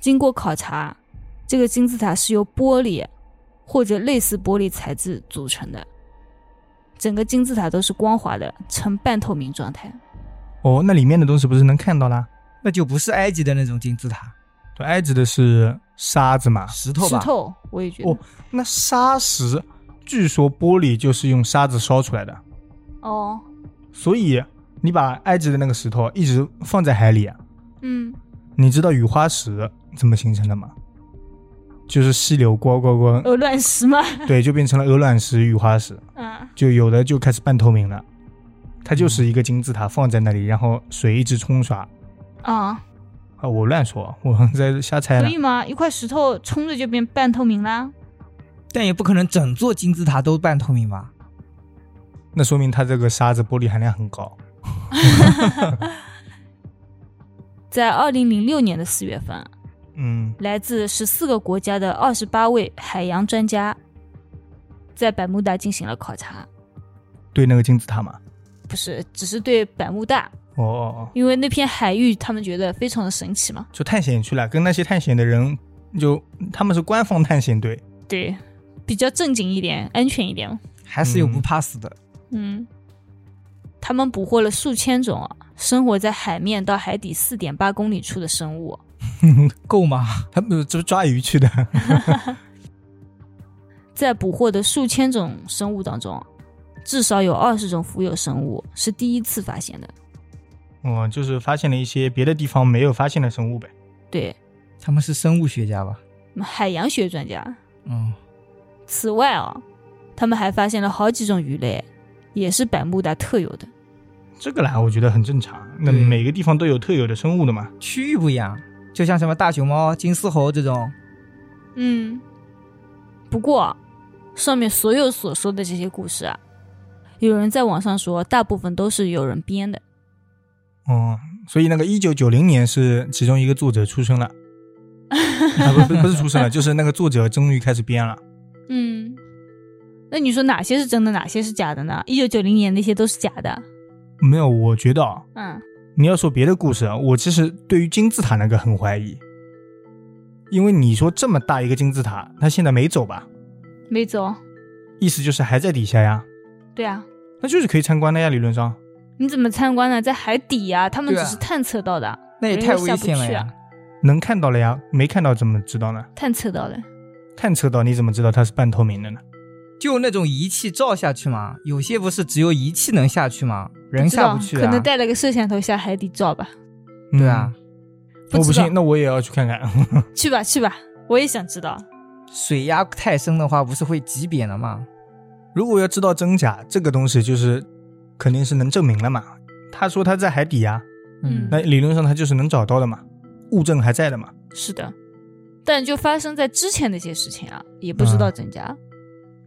Speaker 2: 经过考察，这个金字塔是由玻璃或者类似玻璃材质组成的，整个金字塔都是光滑的，呈半透明状态。
Speaker 1: 哦，那里面的东西不是能看到啦？
Speaker 3: 那就不是埃及的那种金字塔，
Speaker 1: 对，埃及的是沙子嘛。
Speaker 3: 石头
Speaker 2: 石
Speaker 3: 吧？
Speaker 2: 头，我也觉得
Speaker 1: 哦。那砂石，据说玻璃就是用沙子烧出来的，
Speaker 2: 哦，
Speaker 1: 所以你把埃及的那个石头一直放在海里啊，
Speaker 2: 嗯，
Speaker 1: 你知道雨花石怎么形成的吗？就是溪流呱呱呱，
Speaker 2: 鹅卵石嘛，
Speaker 1: 对，就变成了鹅卵石、雨花石，
Speaker 2: 嗯，
Speaker 1: 就有的就开始半透明了，它就是一个金字塔放在那里，然后水一直冲刷。
Speaker 2: 啊，
Speaker 1: 啊，我乱说， 我在瞎猜
Speaker 2: 可
Speaker 1: 呢
Speaker 2: 以。吗？一块石头冲着就变半透明啦。
Speaker 3: 但也不可能整座金字塔都半透明吧？
Speaker 1: 那说明它这个沙子玻璃含量很高。
Speaker 2: 在二零零六年的四月份，
Speaker 1: 嗯，
Speaker 2: 来自十四个国家的二十八位海洋专家，在百慕大进行了考察，
Speaker 1: 对，那个金字塔嘛。
Speaker 2: 不是，只是对百慕大，
Speaker 1: 哦哦哦，
Speaker 2: 因为那片海域他们觉得非常的神奇嘛。
Speaker 1: 就探险去了，跟那些探险的人就他们是官方探险队，
Speaker 2: 对，比较正经一点，安全一点。
Speaker 3: 还是有不
Speaker 1: 嗯
Speaker 3: 怕死的。
Speaker 2: 嗯，他们捕获了数千种啊生活在海面到海底四点八公里处的生物。
Speaker 3: 够吗？
Speaker 1: 他们这不抓鱼去的。
Speaker 2: 在捕获的数千种生物当中，至少有二十种浮游生物是第一次发现的。
Speaker 1: 哦，就是发现了一些别的地方没有发现的生物呗。
Speaker 2: 对，
Speaker 3: 他们是生物学家吧？
Speaker 2: 海洋学专家。
Speaker 3: 嗯，
Speaker 2: 此外啊，他们还发现了好几种鱼类，也是百慕大特有的。
Speaker 1: 这个啦，我觉得很正常。那
Speaker 3: 对
Speaker 1: 每个地方都有特有的生物的嘛。
Speaker 3: 区域不一样，就像什么大熊猫、金丝猴这种，
Speaker 2: 嗯，不过啊上面所有所说的这些故事啊，有人在网上说，大部分都是有人编的。
Speaker 1: 哦，所以那个一九九零年是其中一个作者出 生了，啊不不不是出生了，就是那个作者终于开始编了。
Speaker 2: 嗯， 那你说哪些是真的，哪些是假的呢？一九九零年那些都是假的。
Speaker 1: 没有，我觉得啊，
Speaker 2: 嗯
Speaker 1: 你要说别的故事，啊，我其实对于金字塔那个很怀疑，因为你说这么大一个金字塔，它现在没走吧？，
Speaker 2: 没走。
Speaker 1: 意思就是还在底下呀，
Speaker 2: 对啊，
Speaker 1: 那就是可以参观的呀，理论上。
Speaker 2: 你怎么参观呢？在海底呀、他们
Speaker 3: 对
Speaker 2: 只
Speaker 3: 啊
Speaker 2: 是探测到的，
Speaker 3: 那也
Speaker 2: 人
Speaker 3: 太
Speaker 2: 又下
Speaker 3: 危
Speaker 2: 不
Speaker 3: 险了
Speaker 2: 去
Speaker 3: 呀
Speaker 2: 啊！
Speaker 1: 能看到了呀，没看到怎么知道呢？
Speaker 2: 探测到的。
Speaker 1: 探测到你怎么知道它是半透明的呢？
Speaker 3: 就那种仪器照下去嘛，有些不是只有仪器能下去吗？人
Speaker 2: 不知
Speaker 3: 下
Speaker 2: 道
Speaker 3: 不去、啊，
Speaker 2: 可能带了个摄像头下海底照吧。
Speaker 3: 对啊
Speaker 1: 嗯，，
Speaker 2: 不
Speaker 1: 我不
Speaker 2: 知道
Speaker 1: 信，那我也要去看看。
Speaker 2: 去吧去吧，我也想知道。
Speaker 3: 水压太深的话，不是会挤扁了吗？
Speaker 1: 如果要知道真假，这个东西就是肯定是能证明了嘛。他说他在海底啊，
Speaker 2: 嗯
Speaker 1: 那理论上他就是能找到的嘛，物证还在的嘛。
Speaker 2: 是的，但就发生在之前那些事情啊，也不知道真假。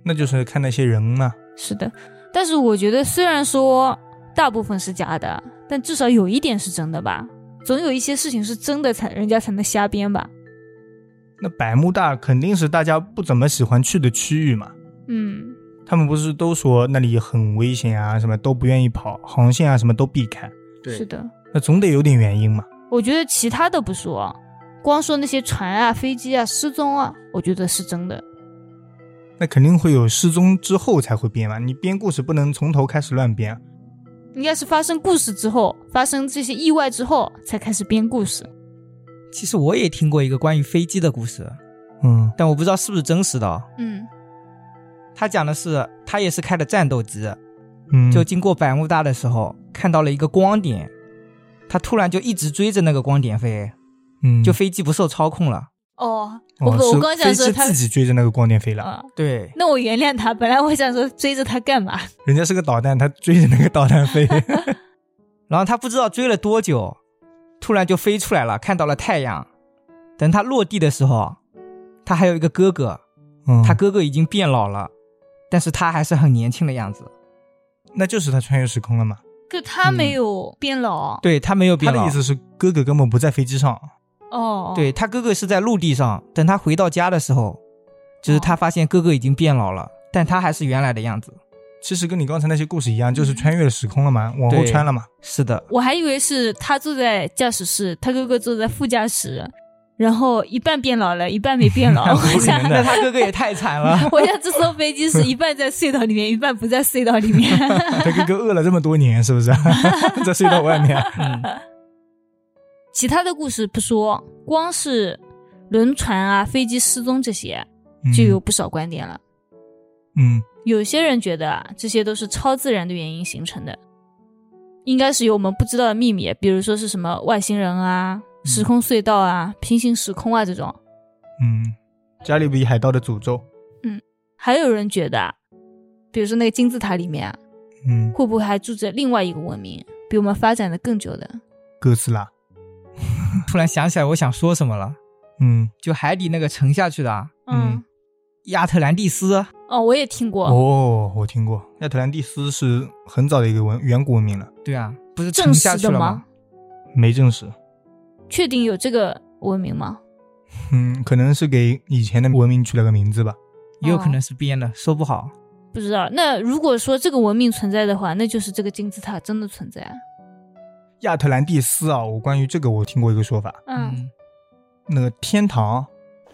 Speaker 1: 那就是看那些人嘛。
Speaker 2: 是的，但是我觉得虽然说大部分是假的，但至少有一点是真的吧。总有一些事情是真的才人家才能瞎编吧。
Speaker 1: 那百慕大肯定是大家不怎么喜欢去的区域嘛。
Speaker 2: 嗯，
Speaker 1: 他们不是都说那里很危险啊，什么都不愿意跑，航线啊什么都避开，
Speaker 2: 是的。
Speaker 1: 那总得有点原因嘛。
Speaker 2: 我觉得其他的不说，光说那些船啊、飞机啊失踪啊，我觉得是真的。
Speaker 1: 那肯定会有失踪之后才会编嘛，你编故事不能从头开始乱编啊。
Speaker 2: 应该是发生故事之后，发生这些意外之后，才开始编故事。
Speaker 3: 其实我也听过一个关于飞机的故事，
Speaker 1: 嗯，
Speaker 3: 但我不知道是不是真实的哦。
Speaker 2: 嗯
Speaker 3: 他讲的是，他也是开的战斗机，
Speaker 1: 嗯
Speaker 3: 就经过百慕大的时候，看到了一个光点，他突然就一直追着那个光点飞，
Speaker 1: 嗯
Speaker 3: 就飞机不受操控了。
Speaker 2: 哦，我、
Speaker 1: 哦
Speaker 2: 我
Speaker 1: 是
Speaker 2: 刚想说
Speaker 1: 飞机
Speaker 2: 他
Speaker 1: 自己追着那个光电飞了。
Speaker 2: 啊、
Speaker 3: 对，
Speaker 2: 那我原谅他。本来我想说追着他干嘛？
Speaker 1: 人家是个导弹，他追着那个导弹 飞。
Speaker 3: 然后他不知道追了多久，突然就飞出来了，看到了太阳。等他落地的时候，他还有一个哥哥，
Speaker 1: 嗯
Speaker 3: 他哥哥已经变老了，但是他还是很年轻的样子。
Speaker 1: 那就是他穿越时空了嘛？
Speaker 2: 可他没有变老。
Speaker 3: 嗯对他没有
Speaker 1: 他
Speaker 3: 变老，
Speaker 1: 的意思是哥哥根本不在飞机上。
Speaker 2: 哦，
Speaker 3: 对他哥哥是在陆地上，等他回到家的时候，就是他发现哥哥已经变老了，但他还是原来的样子。
Speaker 1: 其实跟你刚才那些故事一样，就是穿越了时空了嘛，往后
Speaker 3: 对
Speaker 1: 穿了 嘛。
Speaker 3: 是的，
Speaker 2: 我还以为是他坐在驾驶室，他哥哥坐在副驾驶，然后一半变老了，一半没 变老。我想，。
Speaker 3: 那他哥哥也太惨了
Speaker 2: 我想这艘飞机是一半在隧道里面，一半不在隧道里面。
Speaker 1: 他哥哥饿了这么多年，是不 是？在隧 道外面。
Speaker 3: 嗯，
Speaker 2: 其他的故事不说，光是轮船啊、飞机失踪这些，
Speaker 3: 嗯
Speaker 2: 就有不少观点了。
Speaker 1: 嗯
Speaker 2: 有些人觉得啊，这些都是超自然的原因形成的，应该是有我们不知道的秘密，比如说是什么外星人啊、
Speaker 1: 嗯
Speaker 2: 时空隧道啊、平行时空啊这种。
Speaker 1: 嗯嗯，加勒比海盗的诅咒，
Speaker 2: 还有人觉得啊，比如说那个金字塔里面啊，
Speaker 1: 嗯，
Speaker 2: 会不会还住着另外一个文明，比我们发展的更久的？
Speaker 1: 哥斯拉，
Speaker 3: 突然想起来我想说什么了，
Speaker 1: 嗯
Speaker 3: 就海底那个沉下去的啊
Speaker 1: 嗯
Speaker 3: 亚特兰蒂斯，
Speaker 2: 哦，我也听过，
Speaker 1: 哦，我听过亚特兰蒂斯是很早的一个文远古文明了，
Speaker 3: 对啊，不是
Speaker 2: 证
Speaker 3: 沉
Speaker 2: 实
Speaker 3: 下去
Speaker 2: 的
Speaker 3: 了
Speaker 2: 吗？？
Speaker 1: 没证实，
Speaker 2: 确定有这个文明吗？
Speaker 1: 嗯，可能是给以前的文明取了个名字吧，
Speaker 3: 也有可
Speaker 2: 哦
Speaker 3: 能是编的，说不好。
Speaker 2: 不知道。那如果说这个文明存在的话，那就是这个金字塔真的存在啊。
Speaker 1: 亚特兰蒂斯啊，我关于这个我听过一个说法，
Speaker 2: 嗯
Speaker 1: 那个天堂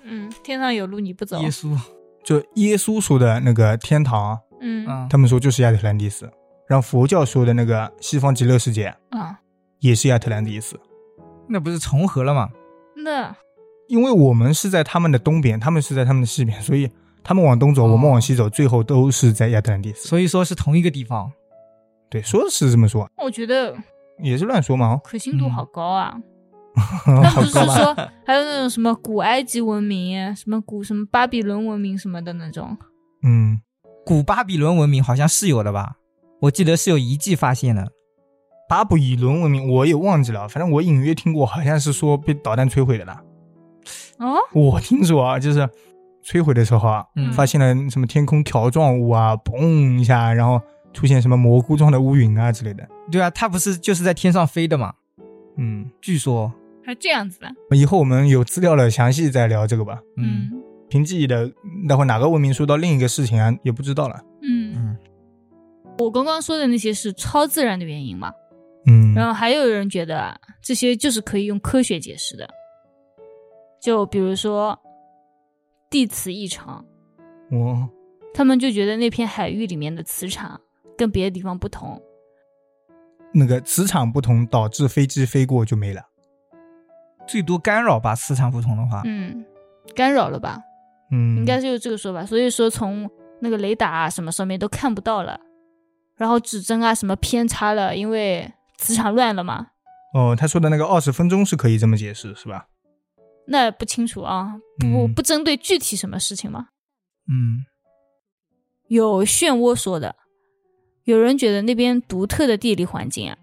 Speaker 2: 嗯，天上有路你不走
Speaker 3: 嗯，耶。稣，
Speaker 1: 就耶稣说的那个天堂，
Speaker 2: 嗯
Speaker 3: 嗯，
Speaker 1: 他们说就是亚特兰蒂斯，然后佛教说的那个西方极乐世界
Speaker 2: 啊，
Speaker 1: 也是亚特兰蒂斯，
Speaker 3: 那不是重合了吗？
Speaker 2: 那
Speaker 1: 因为我们是在他们的东边，他们是在他们的西边，所以他们往东走，
Speaker 3: 哦
Speaker 1: 我们往西走，最后都是在亚特兰蒂斯。
Speaker 3: 所以说是同一个地方。
Speaker 1: 对，说是这么 说，
Speaker 2: 我觉得
Speaker 1: 也是乱说嘛。
Speaker 2: 可信度
Speaker 3: 嗯
Speaker 2: 好高啊。
Speaker 1: 哦、
Speaker 2: 他
Speaker 1: 好
Speaker 2: 不是
Speaker 1: 高吧？
Speaker 2: 说还有那种什么古埃及文明、什么古什么巴比伦文明什么的那种，
Speaker 1: 嗯，
Speaker 3: 古巴比伦文明好像是有的吧？我记得是有遗迹发现的。
Speaker 1: 巴布以伦文明我也忘记了，反正我隐约听过，好像是说被导弹摧毁的啦。
Speaker 2: 哦，
Speaker 1: 我听说啊，就是摧毁的时候啊，
Speaker 3: 嗯
Speaker 1: 发现了什么天空条状物啊，嘣一下，然后出现什么蘑菇状的乌云啊之类的。
Speaker 3: 对啊，它不是就是在天上飞的嘛？
Speaker 1: 嗯，
Speaker 3: 据说，
Speaker 2: 还这样子的。
Speaker 1: 以后我们有资料了，详细再聊这个吧。
Speaker 3: 嗯
Speaker 1: 凭记忆的，待会哪个文明说到另一个事情啊，也不知道了。
Speaker 2: 嗯，
Speaker 3: 嗯
Speaker 2: 我刚刚说的那些是超自然的原因嘛，
Speaker 1: 嗯
Speaker 2: 然后还有人觉得啊这些就是可以用科学解释的，就比如说地磁异常，
Speaker 1: 我
Speaker 2: 他们就觉得那片海域里面的磁场跟别的地方不同。
Speaker 1: 那个磁场不同导致飞机飞过就没了。
Speaker 3: 最多干扰吧，磁场不同的
Speaker 1: 啊
Speaker 3: 话。
Speaker 2: 嗯，干扰了吧？
Speaker 1: 嗯，
Speaker 2: 应该是有这个说法。所以说从那个雷达啊什么上面都看不到了，然后指针啊什么偏差了，因为磁场乱了嘛。
Speaker 1: 哦，他说的那个二十分钟是可以这么解释，是吧？
Speaker 2: 那不清楚啊，不
Speaker 1: 嗯
Speaker 2: 不针对具体什么事情嘛。
Speaker 3: 嗯，
Speaker 2: 有漩涡说的，有人觉得那边独特的地理环境啊，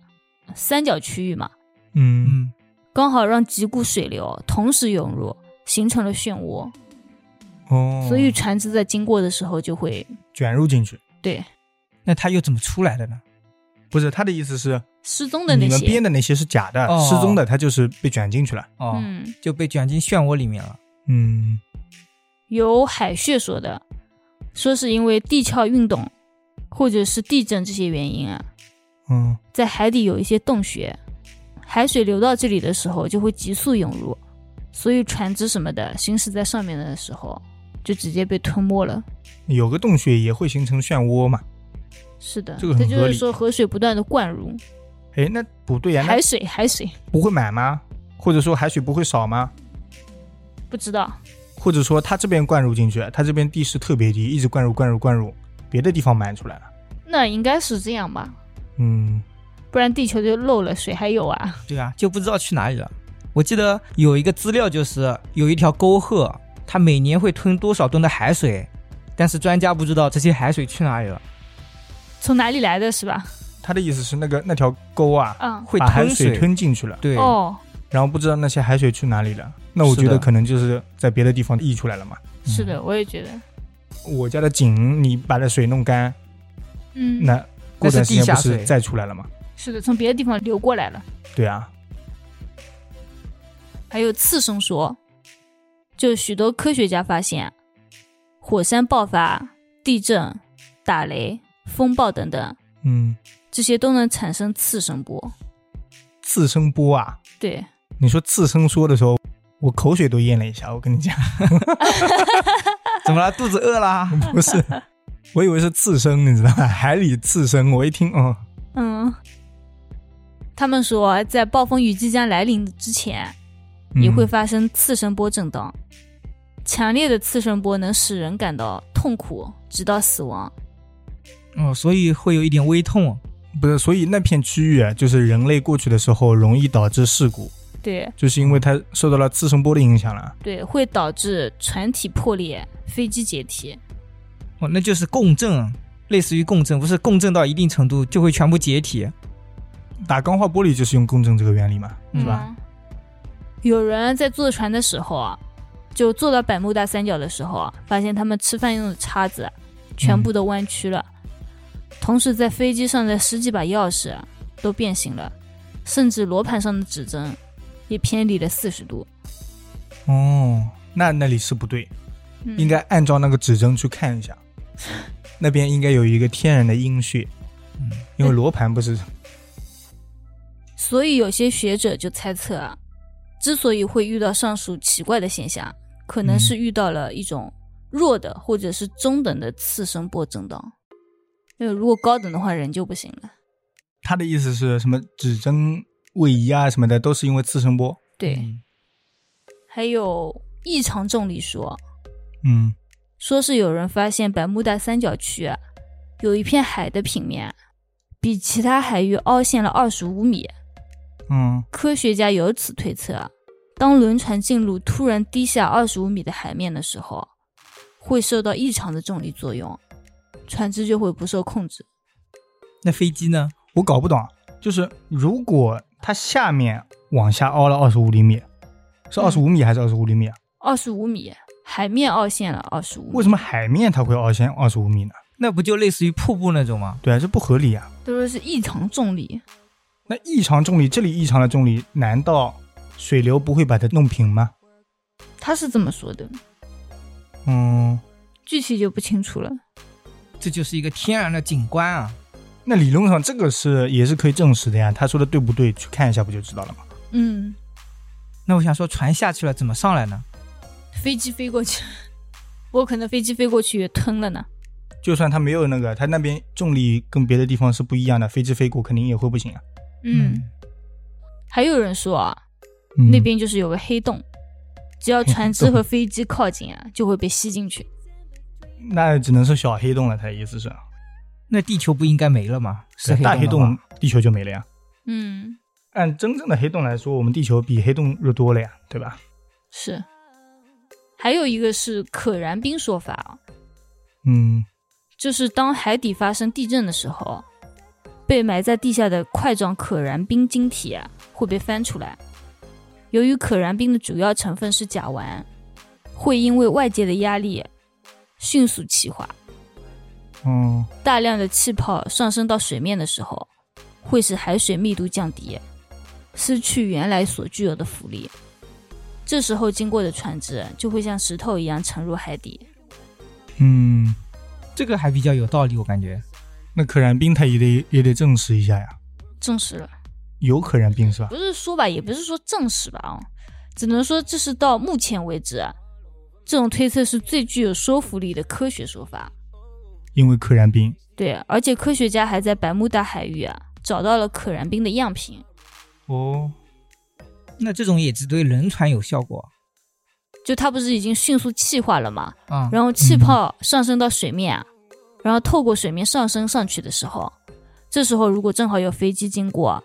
Speaker 2: 三角区域嘛，
Speaker 1: 嗯
Speaker 3: 嗯
Speaker 2: 刚好让脊谷水流同时涌入，形成了漩涡，
Speaker 1: 哦，
Speaker 2: 所以船只在经过的时候就会
Speaker 1: 卷入进去。
Speaker 2: 对
Speaker 3: 那它又怎么出来的呢？
Speaker 1: 不是他的意思是，
Speaker 2: 失踪的
Speaker 1: 你
Speaker 2: 那
Speaker 1: 们编
Speaker 2: 些，
Speaker 1: 的那些是假的，
Speaker 3: 哦
Speaker 1: 失踪的他就是被卷进去了。
Speaker 3: 哦，
Speaker 2: 嗯，
Speaker 3: 就被卷进漩涡里面了。
Speaker 1: 嗯
Speaker 2: 有海穴说的，说是因为地壳运动或者是地震这些原因啊，
Speaker 1: 嗯
Speaker 2: 在海底有一些洞穴，海水流到这里的时候就会急速涌入，所以船只什么的行驶在上面的时候就直接被吞没了。
Speaker 1: 有个洞穴也会形成漩涡嘛？
Speaker 2: 是的，
Speaker 1: 这个很
Speaker 2: 它就
Speaker 1: 合理
Speaker 2: 是说河水不断的灌入
Speaker 1: 哎，那不对呀、
Speaker 2: 海
Speaker 1: 那
Speaker 2: 水，海水
Speaker 1: 不会满吗？或者说海水不会少吗？
Speaker 2: 不知道，
Speaker 1: 或者说他这边灌入进去，他这边地势特别低，一直灌入灌入灌入，别的地方满出来了。
Speaker 2: 那应该是这样吧，
Speaker 1: 嗯
Speaker 2: 不然地球就漏了，水还有啊。
Speaker 3: 对啊，就不知道去哪里了。我记得有一个资料，就是有一条沟壑，它每年会吞多少吨的海水，但是专家不知道这些海水去哪里了，
Speaker 2: 从哪里来的是吧？
Speaker 1: 他的意思是那个那条沟啊，
Speaker 2: 嗯，
Speaker 3: 会
Speaker 1: 把海
Speaker 3: 吞
Speaker 1: 水吞进去了，
Speaker 3: 对，
Speaker 2: 哦，
Speaker 1: 然后不知道那些海水去哪里了。那我
Speaker 3: 是
Speaker 1: 觉得
Speaker 3: 的
Speaker 1: 可能就是在别的地方溢出来了嘛。
Speaker 2: 是的，我也觉得，
Speaker 1: 我家的井，你把那水弄干，
Speaker 2: 嗯，
Speaker 1: 那过段时间
Speaker 3: 那
Speaker 1: 不
Speaker 3: 是地
Speaker 1: 是
Speaker 3: 下水
Speaker 1: 再出来了吗？
Speaker 2: 是的，从别的地方流过来了。
Speaker 1: 对啊，
Speaker 2: 还有次生说，就许多科学家发现，火山爆发、地震、打雷、风暴等等，
Speaker 1: 嗯，
Speaker 2: 这些都能产生次声波。
Speaker 1: 次声波啊，
Speaker 2: 对，
Speaker 1: 你说次声说的时候，我口水都咽了一下。我跟你 讲，
Speaker 3: 怎么了？肚子饿啦？
Speaker 1: 不是，我以为是次声，你知道吗？海里次声，我一听，哦，
Speaker 2: 嗯，他们说在暴风雨即将来临之前，也会
Speaker 1: 嗯
Speaker 2: 发生次声波震荡。强烈的次声波能使人感到痛苦，直到死亡。
Speaker 3: 哦，所以会有一点微痛。
Speaker 1: 不是，所以那片区域啊，就是人类过去的时候容易导致事故，
Speaker 4: 对
Speaker 1: 就是因为它受到了次声波的影响了。
Speaker 2: 对，会导致船体破裂、飞机解体。
Speaker 3: 哦，那就是共振，类似于共振，不是共振到一定程度就会全部解体，
Speaker 1: 打钢化玻璃就是用共振这个原理嘛，
Speaker 3: 嗯
Speaker 1: 是吧？？
Speaker 2: 有人在坐船的时候啊，就坐到百慕大三角的时候啊，发现他们吃饭用的叉子啊全部都弯曲了。同时，在飞机上的十几把钥匙啊都变形了，甚至罗盘上的指针也偏离了四十度。
Speaker 1: 哦，那那里是不对，
Speaker 2: 嗯
Speaker 1: 应该按照那个指针去看 一下，那边应该有一个天然的阴穴，
Speaker 3: 嗯
Speaker 1: 因为罗盘不是
Speaker 2: 所以有些学者就猜测啊，之所以会遇到上述奇怪的现象，可能是遇到了一种弱的或者是中等的次声波震荡。因为如果高等的话，人就不行了。
Speaker 1: 他的意思是什么指针位移啊什么的，都是因为次声波。
Speaker 2: 对，
Speaker 3: 嗯
Speaker 2: 还有异常重力说，
Speaker 1: 嗯，
Speaker 2: 说是有人发现百慕大三角区啊，有一片海的平面啊比其他海域凹陷了二十五米，
Speaker 1: 嗯，
Speaker 2: 科学家由此推测啊，当轮船进入突然低下二十五米的海面的时候，会受到异常的重力作用，船只就会不受控制。
Speaker 3: 那飞机呢？
Speaker 1: 我搞不懂啊，就是如果它下面往下凹了二十五厘米，是二十五米还是二十五厘米啊？
Speaker 2: 二十五米，海面凹陷了二十五
Speaker 1: 为
Speaker 2: 米，
Speaker 1: 什么海面它会凹陷二十五米呢？
Speaker 3: 那不就类似于瀑布那种吗？
Speaker 1: 对啊，这不合理啊。
Speaker 2: 都说是异常重力。
Speaker 1: 那异常重力，这里异常的重力，难道水流不会把它弄平吗？
Speaker 2: 他是这么说的，
Speaker 1: 嗯，
Speaker 2: 具体就不清楚了。
Speaker 3: 这就是一个天然的景观啊。
Speaker 1: 那理论上这个是也是可以证实的呀。他说的对不对？去看一下不就知道了吗？
Speaker 2: 嗯，
Speaker 3: 那我想说，船下去了怎么上来呢？
Speaker 2: 飞机飞过去， 我可能飞机飞过去也吞了呢。
Speaker 1: 就算它没有那个，它那边重力跟别的地方是不一样的，飞机飞过肯定也会不行啊。
Speaker 2: 嗯，还有人说啊，
Speaker 1: 嗯
Speaker 2: 那边就是有个黑洞，只要船只
Speaker 1: 黑洞
Speaker 2: 和飞机靠近啊，就会被吸进去。
Speaker 1: 那只能是小黑洞了，它的意思是，
Speaker 3: 那地球不应该没了吗？是
Speaker 1: 大黑
Speaker 3: 黑洞的
Speaker 1: 洞
Speaker 3: 话，
Speaker 1: 地球就没了呀。
Speaker 2: 嗯，
Speaker 1: 按真正的黑洞来说，我们地球比黑洞弱多了呀，对吧？
Speaker 2: 是。还有一个是可燃冰说法啊，
Speaker 1: 嗯，
Speaker 2: 就是当海底发生地震的时候，被埋在地下的块状可燃冰晶体啊会被翻出来。由于可燃冰的主要成分是甲烷，会因为外界的压力迅速气化，
Speaker 1: 哦，
Speaker 2: 大量的气泡上升到水面的时候，会使海水密度降低，失去原来所具有的浮力。这时候经过的船只就会像石头一样沉入海底。
Speaker 1: 嗯，
Speaker 3: 这个还比较有道理，我感觉。
Speaker 1: 那可燃冰它也得也得证实一下呀，
Speaker 2: 证实了，
Speaker 1: 有可燃冰是吧？
Speaker 2: 不是说吧，也不是说证实吧啊、只能说这是到目前为止啊，这种推测是最具有说服力的科学说法。
Speaker 1: 因为可燃冰，
Speaker 2: 对，而且科学家还在百慕大海域啊找到了可燃冰的样品，
Speaker 1: 哦，
Speaker 3: 那这种也只对轮船有效果
Speaker 2: 就它不是已经迅速气化了吗？
Speaker 3: 啊。
Speaker 1: 嗯
Speaker 2: 然后气泡上升到水面啊，然后透过水面上升上去的时候，这时候如果正好有飞机经过，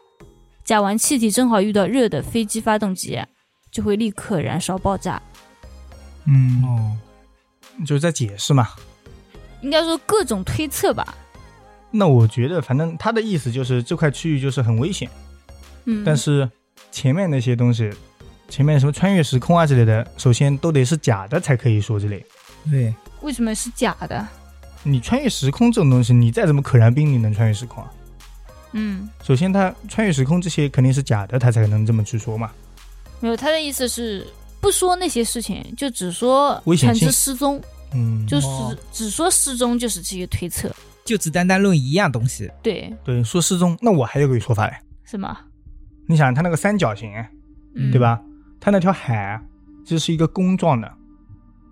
Speaker 2: 甲烷气体正好遇到热的飞机发动机，就会立刻燃烧爆炸。
Speaker 1: 嗯，哦，就是在解释嘛。
Speaker 2: 应该说各种推测吧，
Speaker 1: 那我觉得，反正他的意思就是这块区域就是很危险，
Speaker 2: 嗯，
Speaker 1: 但是前面那些东西，前面什么穿越时空啊之类的，首先都得是假的才可以说之类。
Speaker 3: 对，
Speaker 4: 为什么是假的？
Speaker 1: 你穿越时空这种东西，你再怎么可燃冰，你能穿越时空啊？
Speaker 2: 嗯，
Speaker 1: 首先，它穿越时空这些肯定是假的，他才能这么去说嘛。
Speaker 2: 没有他的意思是不说那些事情，就只说
Speaker 1: 危险
Speaker 2: 船
Speaker 1: 性
Speaker 2: 只失踪，
Speaker 1: 嗯，
Speaker 2: 就是
Speaker 3: 哦
Speaker 2: 只说失踪就是这些推测，
Speaker 3: 就只单单论一样东西。
Speaker 2: 对，
Speaker 1: 对，说失踪，那我还有个说法嘞。
Speaker 2: 是吗？
Speaker 1: 你想，它那个三角形，
Speaker 2: 嗯
Speaker 1: 对？吧？它那条海，这是一个弓状的，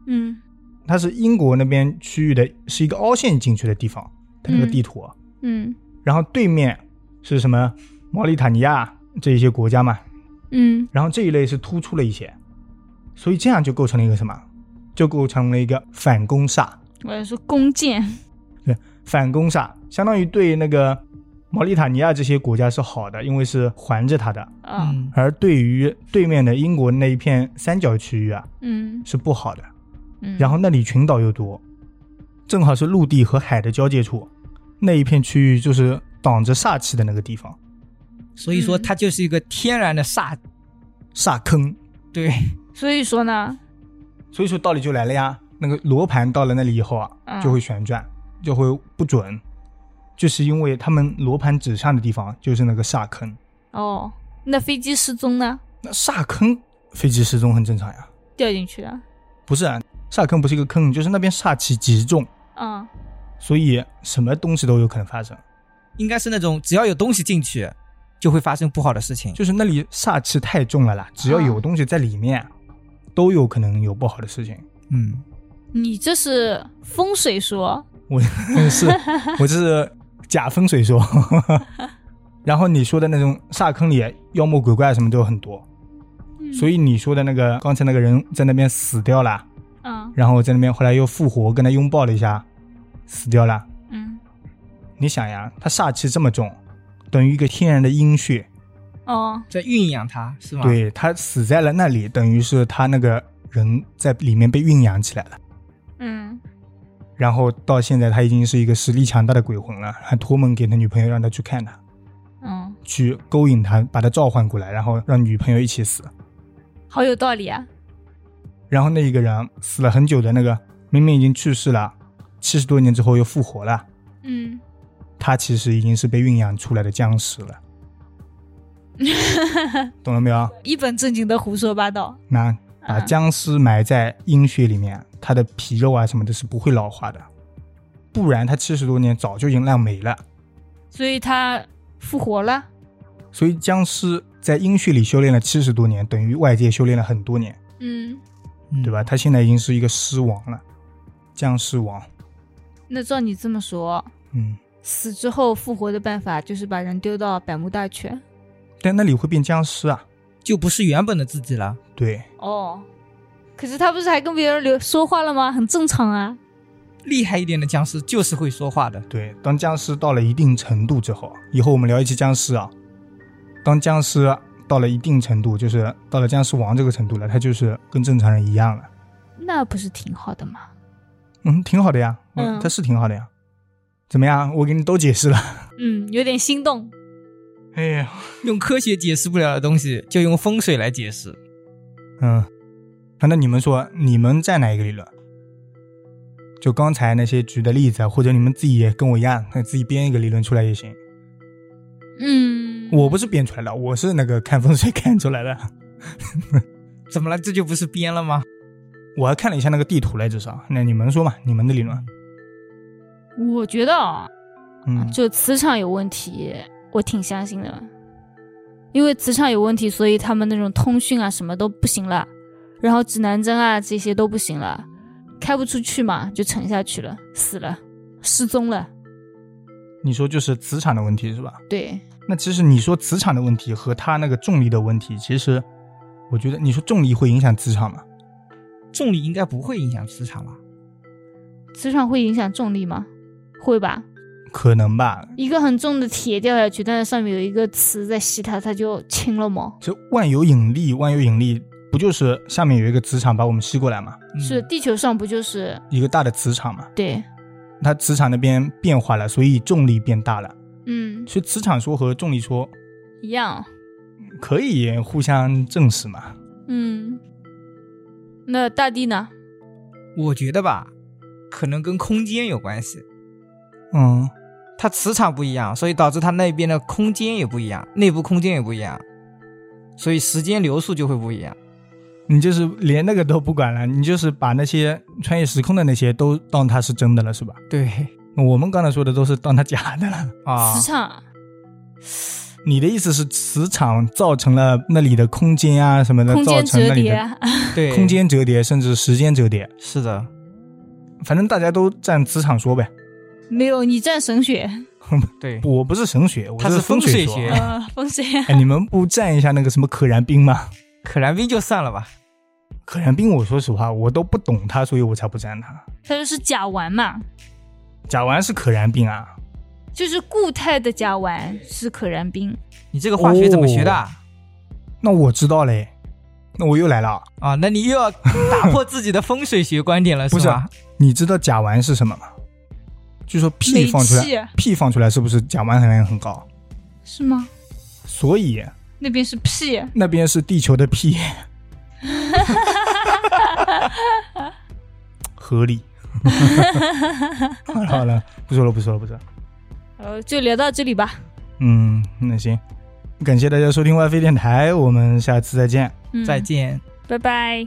Speaker 2: 嗯
Speaker 1: 它是英国那边区域的，是一个凹陷进去的地方，它那个
Speaker 2: 嗯
Speaker 1: 地图啊。
Speaker 2: 嗯
Speaker 1: 然后对面是什么毛里塔尼亚这一些国家嘛，
Speaker 2: 嗯
Speaker 1: 然后这一类是突出了一些，所以这样就构成了一个什么？就构成了一个反攻煞。
Speaker 2: 我要说弓箭，
Speaker 1: 反攻煞相当于对那个毛里塔尼亚这些国家是好的，因为是环着它的；
Speaker 2: 啊，
Speaker 3: 嗯
Speaker 1: 而对于对面的英国那一片三角区域啊
Speaker 2: 嗯
Speaker 1: 是不好的。
Speaker 2: 嗯，
Speaker 1: 然后那里群岛又多，正好是陆地和海的交界处，那一片区域就是挡着煞气的那个地方，
Speaker 3: 所以说
Speaker 2: 嗯
Speaker 3: 它就是一个天然的煞，
Speaker 1: 煞坑。
Speaker 3: 对，
Speaker 2: 所以说呢，
Speaker 1: 所以说道理就来了呀，那个罗盘到了那里以后啊，
Speaker 2: 嗯
Speaker 1: 就会旋转，就会不准，就是因为他们罗盘指向的地方就是那个煞坑。
Speaker 2: 哦，那飞机失踪呢，
Speaker 1: 那煞坑飞机失踪很正常呀，
Speaker 2: 掉进去了，
Speaker 1: 不是啊，煞坑不是一个坑，就是那边煞气极重，
Speaker 2: 啊，
Speaker 1: 所以什么东西都有可能发生。
Speaker 3: 应该是那种只要有东西进去，就会发生不好的事情。
Speaker 1: 就是那里煞气太重了啦，只要有东西在里面，都有可能有不好的事情。
Speaker 3: 嗯，
Speaker 2: 你这是风水说，
Speaker 1: 我是我这是假风水说， 然后你说的那种煞坑里妖魔鬼怪什么都有很多，所
Speaker 2: 以，
Speaker 1: 以你说的那个刚才那个人在那边死掉了，
Speaker 2: 嗯
Speaker 1: 然后在那边后来又复活，跟他拥抱了一下，死掉了。
Speaker 2: 嗯，
Speaker 1: 你想呀，他煞气这么重，等于一个天然的阴血，
Speaker 2: 哦，
Speaker 3: 在酝酿它是吗？，
Speaker 1: 对他死在了那里，等于是他那个人在里面被酝酿起来了。
Speaker 2: 嗯
Speaker 1: 然后到现在，他已经是一个实力强大的鬼魂了，还托梦给他女朋友，让他去看他，
Speaker 2: 嗯，
Speaker 1: 去勾引他，把他召唤过来，然后让女朋友一起死。
Speaker 2: 好有道理啊，
Speaker 1: 然后那一个人死了很久的那个，明明已经去世了，七十多年之后又复活了，
Speaker 2: 嗯，
Speaker 1: 他其实已经是被酝酿出来的僵尸了，懂了没有？
Speaker 2: 一本正经的胡说八道，
Speaker 1: 那把
Speaker 2: 嗯
Speaker 1: 僵尸埋在阴血里面，他的皮肉啊什么的是不会老化的，不然他七十多年早就已经烂没了。
Speaker 2: 所以他复活了，
Speaker 1: 所以僵尸在阴血里修炼了七十多年，等于外界修炼了很多年，
Speaker 2: 嗯，
Speaker 1: 对吧？？他现在已经是一个尸王了，僵尸王。
Speaker 2: 那照你这么说，
Speaker 1: 嗯，
Speaker 2: 死之后复活的办法就是把人丢到百慕大去，
Speaker 1: 但那里会变僵尸啊？
Speaker 3: 就不是原本的自己了。
Speaker 1: 对，
Speaker 2: 哦，可是他不是还跟别人聊说话了吗？很正常啊，
Speaker 3: 厉害一点的僵尸就是会说话的，
Speaker 1: 对，当僵尸到了一定程度之后，以后我们聊一期僵尸啊。当僵尸到了一定程度，就是到了僵尸王这个程度了，他就是跟正常人一样了。
Speaker 2: 那不是挺好的吗？
Speaker 1: 嗯，挺好的呀，嗯，
Speaker 2: 嗯
Speaker 1: 他是挺好的呀。怎么样？我给你都解释了。
Speaker 2: 嗯，有点心动，
Speaker 1: 哎呀，
Speaker 3: 用科学解释不了的东西，就用风水来解释。
Speaker 1: 嗯，啊那你们说你们站哪一个理论？就刚才那些举的例子，或者你们自己也跟我一样，那自己编一个理论出来也行。
Speaker 2: 嗯，
Speaker 1: 我不是编出来的，我是那个看风水 看出来的。
Speaker 3: 怎么了？这就不是编了吗？
Speaker 1: 我还看了一下那个地图来着，上那你们说嘛，你们的理论？
Speaker 2: 我觉得啊，
Speaker 1: 嗯，
Speaker 2: 就磁场有问题，我挺相信的，因为磁场有问题，所以他们那种通讯啊什么都不行了，然后指南针啊这些都不行了，开不出去嘛，就沉下去了，死了，失踪了，
Speaker 1: 你说就是磁场的问题是吧？
Speaker 2: 对，
Speaker 1: 那其实你说磁场的问题和它那个重力的问题，其实我觉得你说重力会影响磁场吗？
Speaker 3: 重力应该不会影响磁场吧？
Speaker 2: 磁场会影响重力吗？会吧，
Speaker 1: 可能吧。
Speaker 2: 一个很重的铁掉下去，但是上面有一个磁在吸它，它就轻了嘛。
Speaker 1: 这万有引力，万有引力不就是下面有一个磁场把我们吸过来嘛？
Speaker 3: 嗯
Speaker 2: 是地球上不就是
Speaker 1: 一个大的磁场嘛，
Speaker 2: 对，
Speaker 1: 它磁场那边变化了，所以重力变大了。
Speaker 2: 嗯，
Speaker 1: 所以磁场说和重力说
Speaker 2: 一样，啊
Speaker 1: 可以互相证实嘛？
Speaker 2: 嗯。那大地呢？
Speaker 3: 我觉得吧，可能跟空间有关系。
Speaker 1: 嗯，
Speaker 3: 它磁场不一样，所以导致它那边的空间也不一样，内部空间也不一样，所以时间流速就会不一样。
Speaker 1: 你就是连那个都不管了，你就是把那些穿越时空的那些都当它是真的了，是吧？
Speaker 3: 对
Speaker 1: 我们刚才说的都是当它假的了。
Speaker 3: 啊
Speaker 2: 磁，场，
Speaker 1: 你的意思是磁场造成了那里的空间啊什么的，
Speaker 2: 空
Speaker 1: 造
Speaker 2: 间
Speaker 1: 成那
Speaker 2: 折
Speaker 1: 里
Speaker 2: 叠
Speaker 1: 的
Speaker 2: 啊，
Speaker 3: 对，
Speaker 1: 空间折叠，甚至时间折叠，
Speaker 3: 是的。
Speaker 1: 反正大家都站磁场说呗。
Speaker 2: 没有，你占神学，
Speaker 3: 对，
Speaker 1: 我不是神学，我
Speaker 3: 它是
Speaker 1: 风
Speaker 3: 风水
Speaker 1: 说
Speaker 3: 学
Speaker 1: 啊。
Speaker 2: 呃，风水啊，
Speaker 1: 哎，你们不占一下那个什么可燃冰吗？
Speaker 3: 可燃冰就算了吧。
Speaker 1: 可燃冰，我说实话，我都不懂它，所以我才不占它。
Speaker 2: 它就是甲烷嘛，
Speaker 1: 甲烷是可燃冰啊，
Speaker 2: 就是固态的甲烷是可燃冰，
Speaker 3: 你这个化学怎么学的
Speaker 1: 哦
Speaker 3: 啊？
Speaker 1: 那我知道嘞，那我又来了。
Speaker 3: 啊，那你又要打破自己的风水学观点了，
Speaker 1: 不是啊
Speaker 3: 吧？
Speaker 1: 你知道甲烷是什么吗？据说 P
Speaker 2: 煤气
Speaker 1: 放出来，P 放出来是不是甲烷含量很高？
Speaker 2: 是吗？
Speaker 1: 所以
Speaker 2: 那边是屁，
Speaker 1: 那边是地球的 P，合理。好了好了，不说了不说了不说了。
Speaker 2: 呃，就聊到这里吧。
Speaker 1: 嗯，那行，感谢大家收听 WiFi 电台，我们下次再见。
Speaker 2: 嗯，
Speaker 3: 再，见。
Speaker 2: 拜拜。